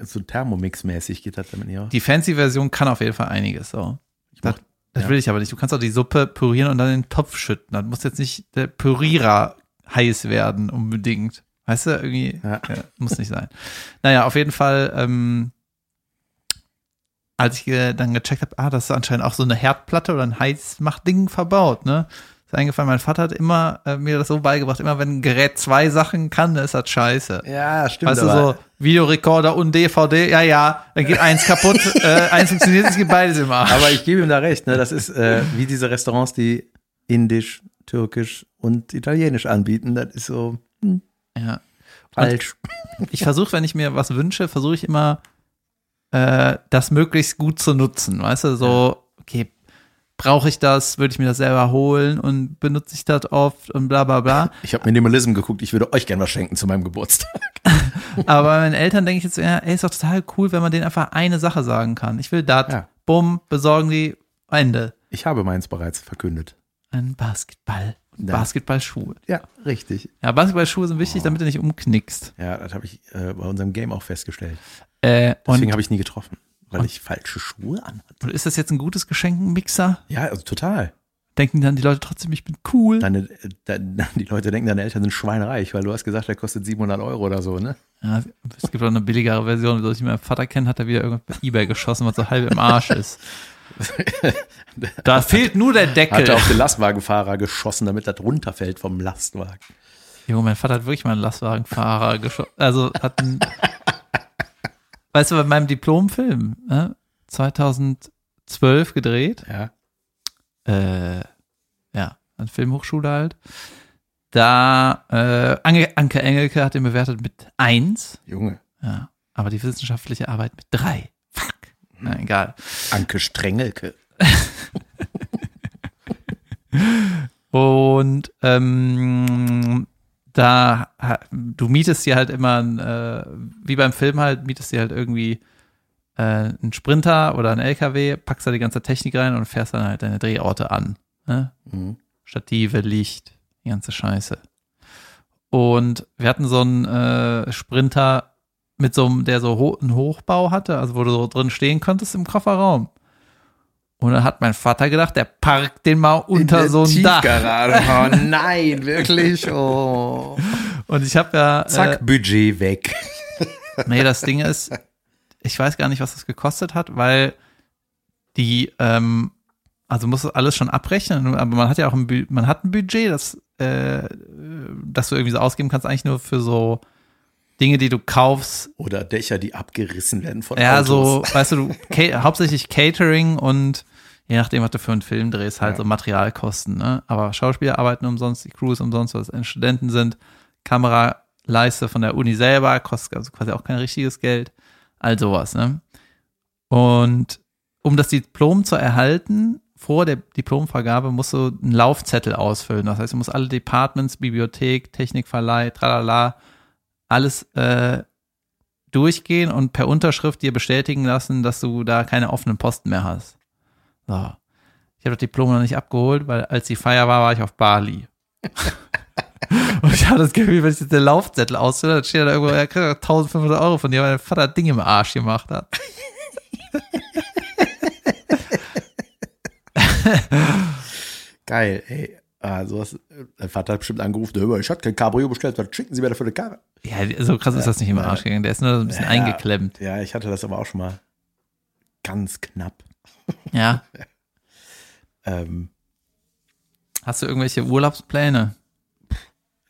Speaker 1: so Thermomix-mäßig geht das damit nicht auch.
Speaker 2: die Fancy-Version kann auf jeden Fall einiges. So. Das,
Speaker 1: mach-
Speaker 2: das
Speaker 1: ja.
Speaker 2: will ich aber nicht. Du kannst auch die Suppe pürieren und dann in den Topf schütten. Dann muss jetzt nicht der Pürierer heiß werden unbedingt. Weißt du, irgendwie
Speaker 1: Ja.
Speaker 2: ja, muss nicht sein. Naja, auf jeden Fall, ähm, als ich äh, dann gecheckt habe, ah, das ist anscheinend auch so eine Herdplatte oder ein Heizmachding verbaut, ne? Ist eingefallen, mein Vater hat immer äh, mir das so beigebracht, immer wenn ein Gerät zwei Sachen kann, dann ist das scheiße.
Speaker 1: Ja, stimmt.
Speaker 2: Weißt du,
Speaker 1: aber-
Speaker 2: so Videorekorder und DVD, ja, ja, dann geht eins kaputt, äh, eins funktioniert, es geht beides immer.
Speaker 1: Aber ich gebe ihm da recht, ne? Das ist äh, wie diese Restaurants, die indisch, türkisch und italienisch anbieten. Das ist so
Speaker 2: ja.
Speaker 1: falsch.
Speaker 2: Ich versuche, wenn ich mir was wünsche, versuche ich immer, äh, das möglichst gut zu nutzen, weißt du, so, okay, brauche ich das, würde ich mir das selber holen und benutze ich das oft und bla bla bla.
Speaker 1: Ich habe Minimalism geguckt, ich würde euch gerne was schenken zu meinem Geburtstag.
Speaker 2: Aber bei meinen Eltern denke ich jetzt, ja, ey, ist doch total cool, wenn man denen einfach eine Sache sagen kann. Ich will das,
Speaker 1: Ja.
Speaker 2: bumm, besorgen die, Ende.
Speaker 1: Ich habe meins bereits verkündet.
Speaker 2: Ein Basketball.
Speaker 1: Ja. Oh.
Speaker 2: Basketballschuhe.
Speaker 1: Ja, richtig.
Speaker 2: Ja, Basketballschuhe sind wichtig, damit du nicht umknickst.
Speaker 1: Ja, das habe ich äh, bei unserem Game auch festgestellt.
Speaker 2: Äh,
Speaker 1: Deswegen
Speaker 2: und,
Speaker 1: habe ich nie getroffen, weil ich falsche Schuhe anhatte.
Speaker 2: und ist das jetzt ein gutes Geschenk, ein Mixer?
Speaker 1: Ja, also total.
Speaker 2: Denken dann die Leute trotzdem, ich bin cool?
Speaker 1: Deine, äh, de, die Leute denken, deine Eltern sind schweinereich, weil du hast gesagt, der kostet 700 Euro oder so, ne?
Speaker 2: Ja, es gibt auch eine billigere Version, so ich meinen Vater kenne, hat er wieder irgendwas bei Ebay geschossen, was so halb im Arsch ist. da fehlt nur der
Speaker 1: Hat
Speaker 2: Deckel.
Speaker 1: er auf den Lastwagenfahrer geschossen, damit das runterfällt vom Lastwagen.
Speaker 2: Junge, mein Vater hat wirklich mal einen Lastwagenfahrer geschossen. Also hat einen, Weißt du, bei meinem Diplomfilm, ne? 2012 gedreht,
Speaker 1: Ja.
Speaker 2: äh, ja, an Filmhochschule halt. Da, äh, Ange Anke Engelke hat ihn bewertet mit 1,
Speaker 1: Junge.
Speaker 2: ja, aber die wissenschaftliche Arbeit mit 3. Fuck. Na, egal.
Speaker 1: Anke Strengelke.
Speaker 2: Und ähm, da, ha- du mietest dir halt immer, ein, äh, wie beim Film halt, mietest dir halt irgendwie äh, einen Sprinter oder einen LKW, packst da die ganze Technik rein und fährst dann halt deine Drehorte an. Ne?
Speaker 1: Mhm.
Speaker 2: Stative, Licht, die ganze Scheiße. Und wir hatten so einen äh, Sprinter mit so einem, der so ho einen Hochbau hatte, also wo du so drin stehen konntest im Kofferraum. Und dann hat mein Vater gedacht, der parkt den mal unter so ein Dach.
Speaker 1: Tiefgarage. Oh nein, wirklich. Oh.
Speaker 2: Und ich habe ja,
Speaker 1: Zack, Budget weg.
Speaker 2: äh, nee, das Ding ist, ich weiß gar nicht, was das gekostet hat, weil die, ähm, also muss das alles schon abrechnen, aber man hat ja auch ein, Bü- man hat ein Budget, das, äh, das du irgendwie so ausgeben kannst, eigentlich nur für so Dinge, die du kaufst.
Speaker 1: Oder Dächer, die abgerissen werden von
Speaker 2: Ja,
Speaker 1: Autos.
Speaker 2: so, weißt du, du ca hauptsächlich Catering und je nachdem, was du für einen Film drehst, halt
Speaker 1: Ja.
Speaker 2: so Materialkosten, ne? Aber Schauspieler arbeiten umsonst, die Crews umsonst, weil es Studenten sind, Kameraleiste von der Uni selber, kostet also quasi auch kein richtiges Geld, all sowas, ne? Und um das Diplom zu erhalten, vor der Diplomvergabe musst du einen Laufzettel ausfüllen. Das heißt, du musst alle Departments, Bibliothek, Technikverleih, tralala, alles äh, durchgehen und per Unterschrift dir bestätigen lassen, dass du da keine offenen Posten mehr hast. So. Ich habe das Diplom noch nicht abgeholt, weil als die Feier war, war ich auf Bali. und ich habe das Gefühl, wenn ich jetzt den Laufzettel ausfülle, dann steht da irgendwo, er kriegt 1500 Euro von dir, weil dein Vater das Ding im Arsch gemacht hat.
Speaker 1: Geil, ey. Ah, sowas, äh, dein Vater hat bestimmt angerufen, "Hör mal, ich hatte kein Cabrio bestellt, was schicken Sie mir dafür eine Karre?
Speaker 2: Ja, so krass ist das nicht im Arsch gegangen. Der ist nur so ein bisschen
Speaker 1: Ja.
Speaker 2: eingeklemmt.
Speaker 1: Ja, ich hatte das aber auch schon mal ganz knapp.
Speaker 2: Ja.
Speaker 1: Ähm,
Speaker 2: Hast du irgendwelche Urlaubspläne?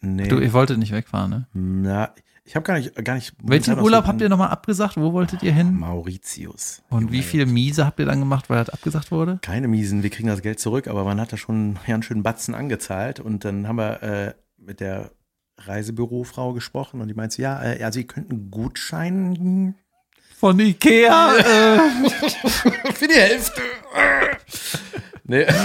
Speaker 1: nee.
Speaker 2: Du, ihr wolltet nicht wegfahren, ne?
Speaker 1: Na, ich habe gar nicht, gar nicht.
Speaker 2: Welchen Urlaub habt ihr nochmal abgesagt? Wo wolltet ihr hin?
Speaker 1: Mauritius.
Speaker 2: Und wie
Speaker 1: Junge.
Speaker 2: viel Miese habt ihr dann gemacht, weil das abgesagt wurde?
Speaker 1: keine miesen, wir kriegen das Geld zurück, aber man hat da schon ja, einen schönen Batzen angezahlt und dann haben wir äh, mit der Reisebürofrau gesprochen und die meinte, ja, äh, also ihr könnt einen Gutschein
Speaker 2: Von Ikea. Äh,
Speaker 1: für die Hälfte. nee.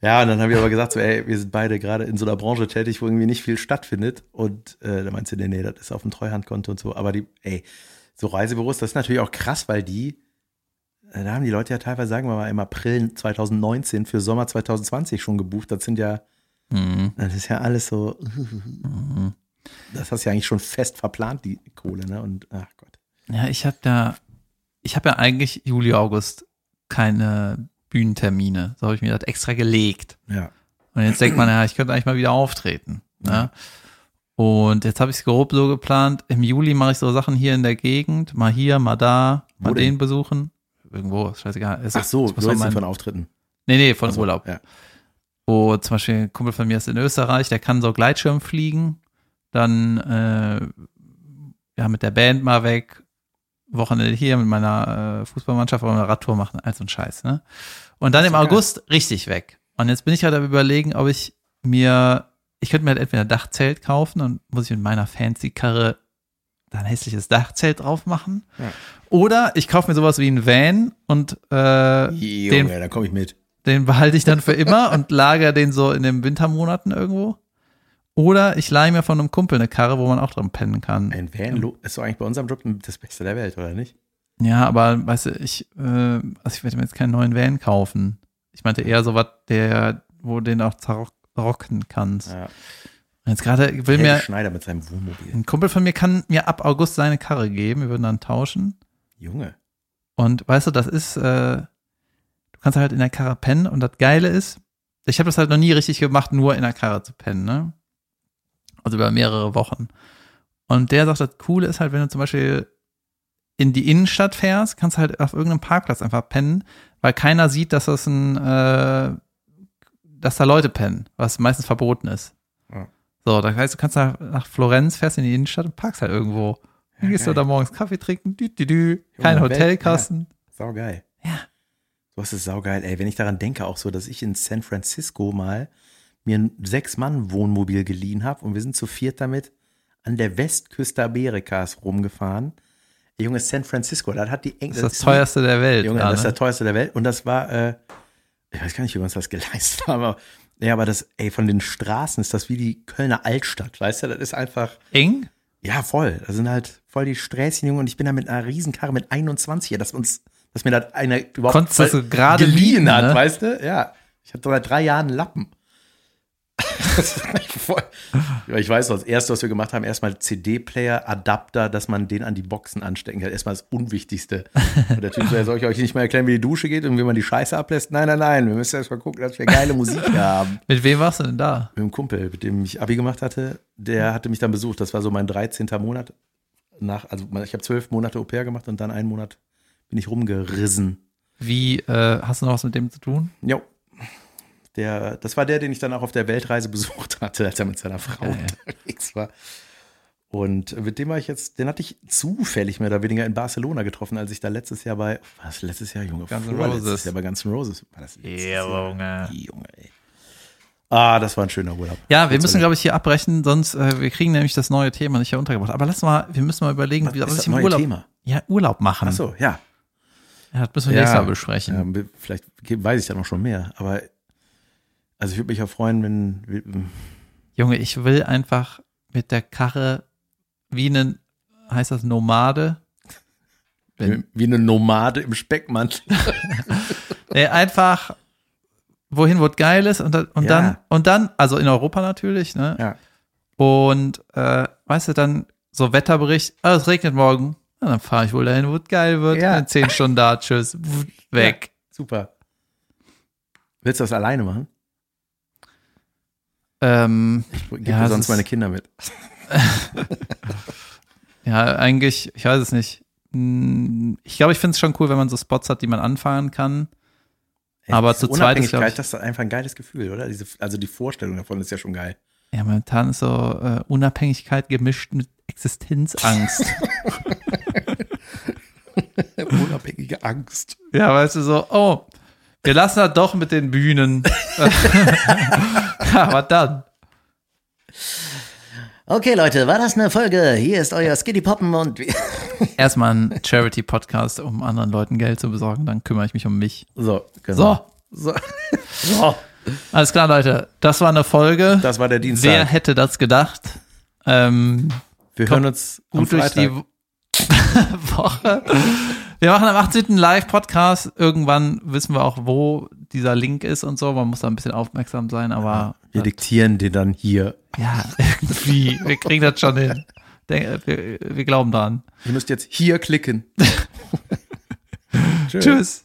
Speaker 1: Ja, und dann habe ich aber gesagt, so, ey, wir sind beide gerade in so einer Branche tätig, wo irgendwie nicht viel stattfindet. Und äh, da meinst du, nee, nee, das ist auf dem Treuhandkonto und so. Aber die, ey, so Reisebüros, das ist natürlich auch krass, weil die, äh, da haben die Leute ja teilweise, sagen wir mal, im April 2019 für Sommer 2020 schon gebucht. Das sind ja,
Speaker 2: Mhm.
Speaker 1: das ist ja alles so, das hast du ja eigentlich schon fest verplant, die Kohle, ne? Und ach Gott.
Speaker 2: Ja, ich habe da, ich habe ja eigentlich Juli, August keine Bühnentermine. So habe ich mir das extra gelegt.
Speaker 1: Ja.
Speaker 2: Und jetzt denkt man, ja, ich könnte eigentlich mal wieder auftreten. Ne? Und jetzt habe ich es grob so geplant. Im Juli mache ich so Sachen hier in der Gegend, mal hier, mal da, mal
Speaker 1: Wo denn?
Speaker 2: den besuchen. Irgendwo, ist scheißegal. Es-
Speaker 1: Ach so,
Speaker 2: ich muss
Speaker 1: du
Speaker 2: mal
Speaker 1: redest
Speaker 2: meinen-
Speaker 1: von Auftritten.
Speaker 2: Nee, nee, von
Speaker 1: Ach so,
Speaker 2: Urlaub.
Speaker 1: Also, Ja.
Speaker 2: Wo zum Beispiel ein Kumpel von mir ist in Österreich, der kann so Gleitschirm fliegen. Dann äh, ja, mit der Band mal weg. Wochenende hier mit meiner äh, Fußballmannschaft auf einer Radtour machen. Also ein Scheiß, ne? Und dann
Speaker 1: Ist
Speaker 2: im
Speaker 1: ja geil.
Speaker 2: August richtig weg. Und jetzt bin ich halt am überlegen, ob ich mir, ich könnte mir halt entweder ein Dachzelt kaufen und muss ich mit meiner Fancy-Karre da ein hässliches Dachzelt drauf machen.
Speaker 1: Ja.
Speaker 2: Oder ich kaufe mir sowas wie ein Van und äh, den
Speaker 1: Junge, da komme ich mit.
Speaker 2: den behalte ich dann für immer und lager den so in den Wintermonaten irgendwo. Oder ich leihe mir von einem Kumpel eine Karre, wo man auch drin pennen kann.
Speaker 1: Ein Van lo- ist doch eigentlich bei unserem Job das Beste der Welt, oder nicht?
Speaker 2: Ja, aber weißt du, ich, äh, also ich werde mir jetzt keinen neuen Van kaufen. Ich meinte eher so was, der, wo du den auch zerrocken kannst.
Speaker 1: Ja.
Speaker 2: Und Jetzt gerade will
Speaker 1: Helge
Speaker 2: mir,
Speaker 1: Schneider mit seinem Wohnmobil.
Speaker 2: ein Kumpel von mir kann mir ab August seine Karre geben, wir würden dann tauschen.
Speaker 1: Junge.
Speaker 2: Und weißt du, das ist, äh, du kannst halt in der Karre pennen und das Geile ist, ich habe das halt noch nie richtig gemacht, nur in der Karre zu pennen, ne? Also über mehrere Wochen. Und der sagt, das Coole ist halt, wenn du zum Beispiel in die Innenstadt fährst, kannst du halt auf irgendeinem Parkplatz einfach pennen, weil keiner sieht, dass das ein, äh, dass da Leute pennen, was meistens verboten ist.
Speaker 1: Ja.
Speaker 2: So, das heißt, du kannst nach, nach Florenz, fährst in die Innenstadt und parkst halt irgendwo. Dann
Speaker 1: Ja,
Speaker 2: gehst
Speaker 1: geil.
Speaker 2: du da morgens Kaffee trinken, dü, dü, dü, kein
Speaker 1: Welt-
Speaker 2: Hotelkasten.
Speaker 1: Saugeil.
Speaker 2: Ja.
Speaker 1: Sowas ist saugeil. Ey, wenn ich daran denke, auch so, dass ich in San Francisco mal mir ein Sechs-Mann-Wohnmobil geliehen habe und wir sind zu viert damit an der Westküste Amerikas rumgefahren. Ey, Junge, San Francisco, das hat die
Speaker 2: Das
Speaker 1: engste.
Speaker 2: ist das teuerste der Welt.
Speaker 1: Junge,
Speaker 2: da,
Speaker 1: das ist
Speaker 2: ne?
Speaker 1: der teuerste der Welt. Und das war, äh, ich weiß gar nicht, wie wir uns das geleistet haben, aber, ja, aber das, ey, von den Straßen ist das wie die Kölner Altstadt, weißt du? Das ist einfach,
Speaker 2: Eng?
Speaker 1: Ja, voll. Das sind halt voll die Sträßchen, Junge. Und ich bin da mit einer Riesenkarre mit 21, hier, dass uns, dass mir da einer überhaupt
Speaker 2: Konntest du
Speaker 1: voll
Speaker 2: so gerade
Speaker 1: geliehen
Speaker 2: liegen,
Speaker 1: hat,
Speaker 2: ne?
Speaker 1: weißt du? Ja. Ich habe seit drei Jahren einen Lappen. Das ist echt voll. Ja, ich weiß noch, das erste, was wir gemacht haben, erstmal CD-Player, Adapter, dass man den an die Boxen anstecken kann. Erstmal das Unwichtigste. Und der Typ so, ja, soll ich euch nicht mal erklären, wie die Dusche geht und wie man die Scheiße ablässt? Nein, nein, nein. Wir müssen erst mal gucken, dass wir geile Musik hier haben
Speaker 2: Mit wem warst du denn da?
Speaker 1: mit einem Kumpel, mit dem ich Abi gemacht hatte,
Speaker 2: Mhm.
Speaker 1: der hatte mich dann besucht. Das war so mein 13. Monat. Nach, also ich habe zwölf Monate Au pair gemacht und dann einen Monat bin ich rumgerissen.
Speaker 2: Wie, äh, hast du noch was mit dem zu tun?
Speaker 1: Jo. Der, das war der, den ich dann auch auf der Weltreise besucht hatte, als er mit seiner Frau
Speaker 2: Geil.
Speaker 1: unterwegs war. Und mit dem war ich jetzt, den hatte ich zufällig mehr oder weniger in Barcelona getroffen, als ich da letztes Jahr bei, was letztes Jahr, Junge,
Speaker 2: Guns N'
Speaker 1: vorletztes
Speaker 2: Roses.
Speaker 1: Jahr bei Guns N' Roses war das letztes Jahr.
Speaker 2: Junge.
Speaker 1: Junge, ey. Ah, das war ein schöner Urlaub.
Speaker 2: Ja, wir
Speaker 1: Kurz
Speaker 2: müssen, glaube ich, hier abbrechen, sonst äh, wir kriegen nämlich das neue Thema nicht hier untergebracht. Aber lass mal, wir müssen mal überlegen,
Speaker 1: Was
Speaker 2: wie
Speaker 1: ist das
Speaker 2: was ich im
Speaker 1: neue
Speaker 2: Urlaub.
Speaker 1: Thema?
Speaker 2: Ja, Urlaub machen.
Speaker 1: Ach so, ja.
Speaker 2: Ja, das müssen wir
Speaker 1: Ja.
Speaker 2: nächstes Mal besprechen.
Speaker 1: Ja, be- vielleicht ge- weiß ich dann noch schon mehr, aber also ich würde mich ja freuen, wenn ähm, wenn-
Speaker 2: Junge, ich will einfach mit der Karre wie einen, heißt das Nomade?
Speaker 1: wenn, wie eine Nomade im Speckmantel.
Speaker 2: Nee, einfach wohin, wo es geil ist und, dann- und
Speaker 1: Ja.
Speaker 2: dann, und dann, also in Europa natürlich, ne?
Speaker 1: Ja.
Speaker 2: Und äh, weißt du, dann so Wetterbericht, ah, es regnet morgen. Na, dann fahre ich wohl dahin, wo es geil wird.
Speaker 1: Ja.
Speaker 2: Dann zehn Stunden da, tschüss, wuff, weg.
Speaker 1: Super. Willst du das alleine machen?
Speaker 2: Ähm,
Speaker 1: Ich gebe
Speaker 2: Ja,
Speaker 1: dir
Speaker 2: es
Speaker 1: sonst
Speaker 2: ist-
Speaker 1: meine Kinder mit.
Speaker 2: ja, eigentlich, ich weiß es nicht. Hm, Ich glaube, ich finde es schon cool, wenn man so Spots hat, die man anfahren kann. Aber zu
Speaker 1: diese
Speaker 2: zweit ist, glaub
Speaker 1: Unabhängigkeit,
Speaker 2: ich-
Speaker 1: das ist einfach ein geiles Gefühl, oder? Diese, also die Vorstellung davon ist ja schon geil.
Speaker 2: Ja, momentan ist so äh, Unabhängigkeit gemischt mit Existenzangst.
Speaker 1: Unabhängige Angst.
Speaker 2: ja, weißt du, so, oh, wir lassen das doch mit den Bühnen. ja, was dann?
Speaker 1: Okay, Leute, war das eine Folge? Hier ist euer Skitty Poppen und
Speaker 2: Erstmal einen Charity-Podcast, um anderen Leuten Geld zu besorgen, dann kümmere ich mich um mich.
Speaker 1: so, genau.
Speaker 2: So.
Speaker 1: So. so.
Speaker 2: Alles klar, Leute. Das war eine Folge.
Speaker 1: Das war der Dienstag.
Speaker 2: Wer hätte das gedacht? Ähm,
Speaker 1: Wir hören uns am
Speaker 2: gut durch
Speaker 1: Freitag.
Speaker 2: die Wo- Woche. Wir machen am 18. Live-Podcast. Irgendwann wissen wir auch, wo dieser Link ist und so. Man muss da ein bisschen aufmerksam sein, aber
Speaker 1: Wir diktieren dir dann hier.
Speaker 2: ja, irgendwie, wir kriegen das schon hin. Denk, wir, wir glauben dran.
Speaker 1: Ihr müsst jetzt hier klicken.
Speaker 2: Tschüss.